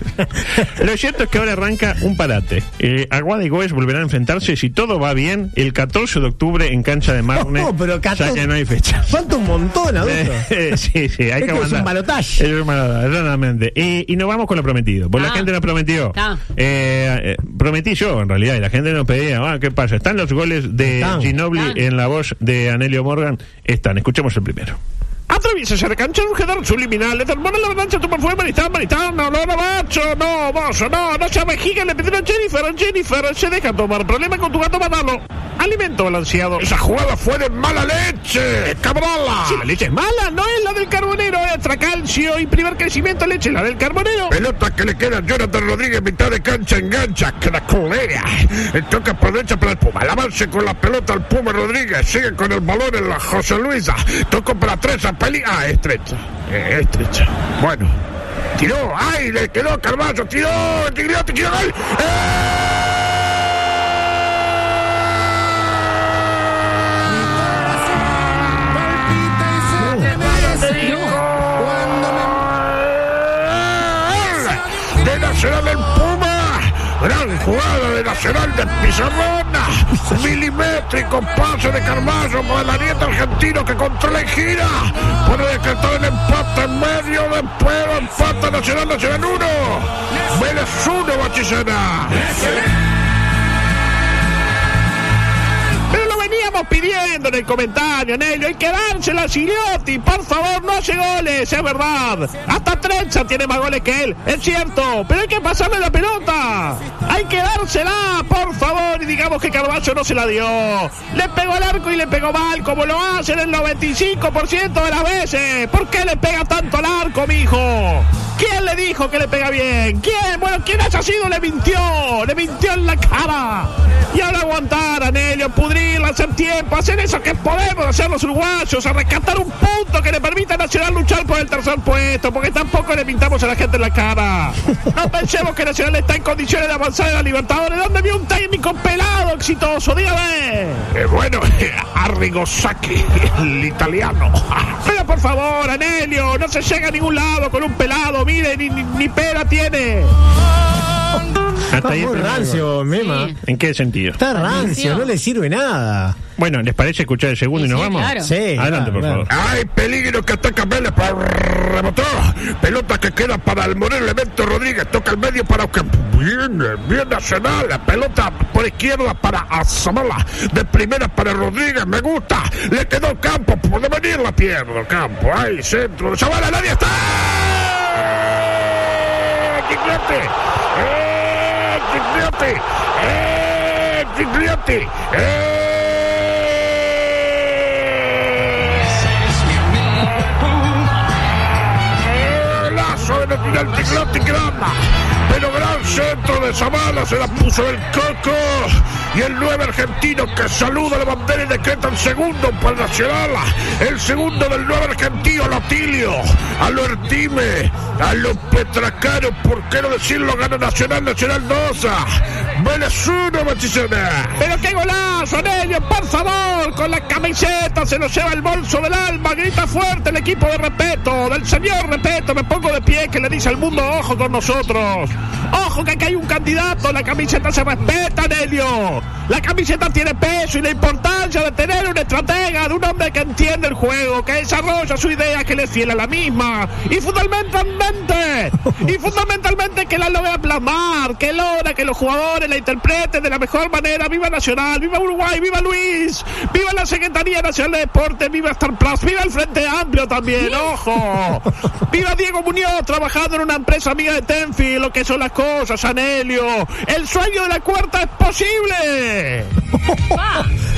S9: Lo cierto es que ahora arranca un parate. Eh, Aguada y Goes volverán a enfrentarse, si todo va bien, el 14 de octubre en cancha de Marne.
S8: No, pero 14
S9: Ya que no hay fecha.
S8: Falta un montón, adulto.
S9: Eh, sí, sí, hay que
S8: Esto es
S9: aguantar.
S8: un balotaje.
S9: Es un balotaje, exactamente. Y, y nos vamos con lo prometido. Pues la
S10: Ah.
S9: gente nos prometió.
S10: Ah.
S9: Eh, eh, prometí yo, en realidad, y la gente nos pedía, ah, ¿qué pasa? ¿Están los goles de
S8: Están.
S9: Ginobili en la voz de Anelio Morgan? Están. Escuchemos el primero. Atraviesa esa cancha un header subliminal. Le transforma la avalancha, toma fuego, Maristán, Maristán. No, no, no, macho, no, mozo, no, no se vejiga. Le pidieron a Jennifer, a Jennifer. Se deja tomar. Problema con tu gato, matalo. Alimento balanceado. Esa jugada fue de mala leche. Cabrala. Si la leche es mala, no es la del carbonero. Es tracalcio y primer crecimiento leche, la del carbonero.
S3: Pelota que le queda a Jonathan Rodríguez, mitad de cancha, engancha, queda culera. El toque aprovecha para el Puma. El avance con la pelota al Puma Rodríguez. Sigue con el balón en la José Luisa. Toco para tres a Peli. Ah, estrecha. Eh, estrecha. Bueno. Tiró. ¡Ay! Le quedó Carballo. Tiró. Tiró. Tiró. ¡Gol! ¡Gol! De Nacional del Puma. Gran jugada de Nacional de Pizarrona. Milimétrico pase de Carballo por el ariete argentino que controla y gira. Pone decretado el empate en medio. Después lo empata Nacional Nacional 1. Vélez 1, Bachillena.
S9: Pero lo veníamos pidiendo en el comentario, Nelio. Hay que dársela a Siliotti. Por favor, no hace goles, es verdad. Hasta Trenza tiene más goles que él, es cierto. Pero hay que pasarle la pelota. Hay que dársela, por favor. Y digamos que Carballo no se la dio. Le pegó al arco y le pegó mal, como lo hacen el 95% de las veces. ¿Por qué le pega tanto al arco, mijo? ¿Quién le dijo que le pega bien? ¿Quién? Bueno, ¿quién haya sido? Le mintió. Le mintió en la cara. Y ahora aguantar, Anelio, pudrirla, hacer tiempo, hacer eso que podemos hacer los uruguayos, a rescatar un punto que le permita a Nacional luchar por el tercer puesto, porque tampoco le pintamos a la gente en la cara. No pensemos que Nacional está en condiciones de avanzar en la Libertadores. ¿Dónde vio un técnico pelado exitoso? Dígame.
S3: Eh, bueno, Arrigo Sacchi, el italiano.
S9: Pero por favor, Anelio, no se llega a ningún lado con un pelado, mire, ni, ni, ni pera tiene.
S8: Está muy rancio, Mema.
S9: ¿En qué sentido?
S8: Está rancio, no le sirve nada.
S9: Bueno, ¿les parece escuchar el segundo
S8: y nos Sí, vamos? claro. Ah, Sí, claro, claro.
S3: Hay peligro que ataca Vélez para rebotó. Pelota que queda para el Moreno Elemento Rodríguez. Toca el medio para que viene, bien Nacional. Pelota por izquierda para Azamala. De primera para Rodríguez. Me gusta. Le quedó el campo. Puede venir la pierna. el Campo. Ahí, centro. de Zavala, nadie está. ¡Eh, Quigliotti! ¡Eh, Quigliotti! ¡Eh, Quigliotti! ¡Eh! Lazo en el, el Tiglotti Grama. Pero gran centro de Zavala se la puso el Coco. Y el 9 argentino que saluda la bandera y decreta el segundo para Nacional. El segundo del 9 argentino, Lotilio. A lo Ertime, a los Petracaro, ¿por qué no decirlo? Gana Nacional, Nacional 2. Vélez 1, Bachillona.
S9: Pero qué golazo, Anelio, por favor, con la camiseta se lo lleva el bolso del alma, grita fuerte el equipo de respeto, del señor respeto, me pongo de pie que le dice al mundo, ojo con nosotros, ojo ojo que acá hay un candidato, la camiseta se respeta, Nelio. La camiseta tiene peso y la importancia de tener un estratega, de un hombre que entiende el juego, que desarrolla su idea, que le es fiel a la misma. Y fundamentalmente, y fundamentalmente que la logra plasmar, que logra que los jugadores la interpreten de la mejor manera. Viva Nacional, viva Uruguay, viva Luis, viva la Secretaría Nacional de Deportes, viva Star Plus, viva el Frente Amplio también, ojo. Viva Diego Muñoz trabajando en una empresa amiga de Tenfi, lo que son las cosas, Anelio. El sueño de la cuarta es posible.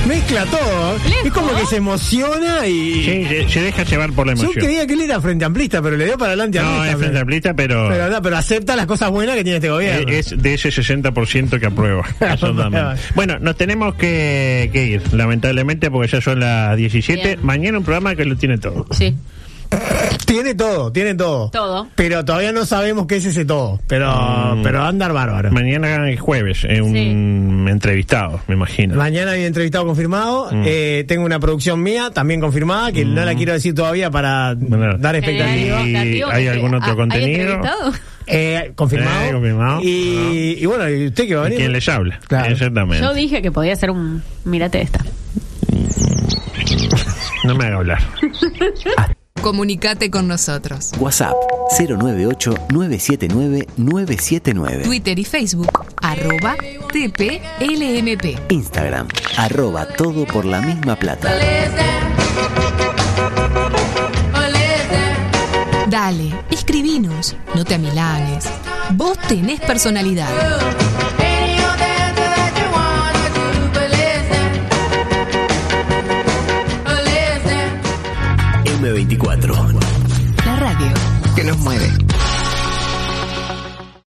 S8: Mezcla todo. Es como que se emociona y.
S10: Sí, se, se deja llevar por la
S8: Yo
S10: emoción.
S8: creía que él era frente amplista, pero le dio para adelante a
S10: No,
S8: Mesa,
S10: es frente amplista, pero,
S8: pero, pero, no, pero acepta las cosas buenas que tiene este
S10: eh,
S8: gobierno.
S10: es de ese 60% que aprueba. absolutamente. bueno, nos tenemos que, que ir, lamentablemente, porque ya son las 17.
S19: Bien.
S10: Mañana un programa que lo tiene todo.
S19: Sí,
S10: eh.
S8: Tiene todo, tiene todo.
S19: todo.
S8: Pero todavía no sabemos qué es ese todo. Pero,
S10: Mm.
S8: pero va a andar bárbaro.
S10: Mañana es jueves, eh, un entrevistado, me imagino.
S8: Mañana hay entrevistado confirmado.
S10: Mm.
S8: Eh, tengo una producción mía también confirmada, que no la quiero decir todavía para
S10: Bueno,
S8: dar
S10: ¿Y
S8: expectativa.
S10: hay algún otro contenido?
S8: Eh, confirmado.
S10: Eh, confirmado. Ah.
S8: Y, y bueno, ¿y usted que va a
S10: ¿Y
S8: venir?
S10: quién les habla? Exactamente.
S19: Yo dije que podía ser un. Mírate esta.
S10: No me haga hablar.
S13: Comunicate con nosotros.
S5: WhatsApp 098-979-979.
S13: Twitter y Facebook, arroba TPLMP.
S5: Instagram, arroba todo por la misma plata.
S13: Dale, escribinos, no te amilanes. Vos tenés personalidad.
S5: M24.
S13: La radio
S5: Que nos mueve.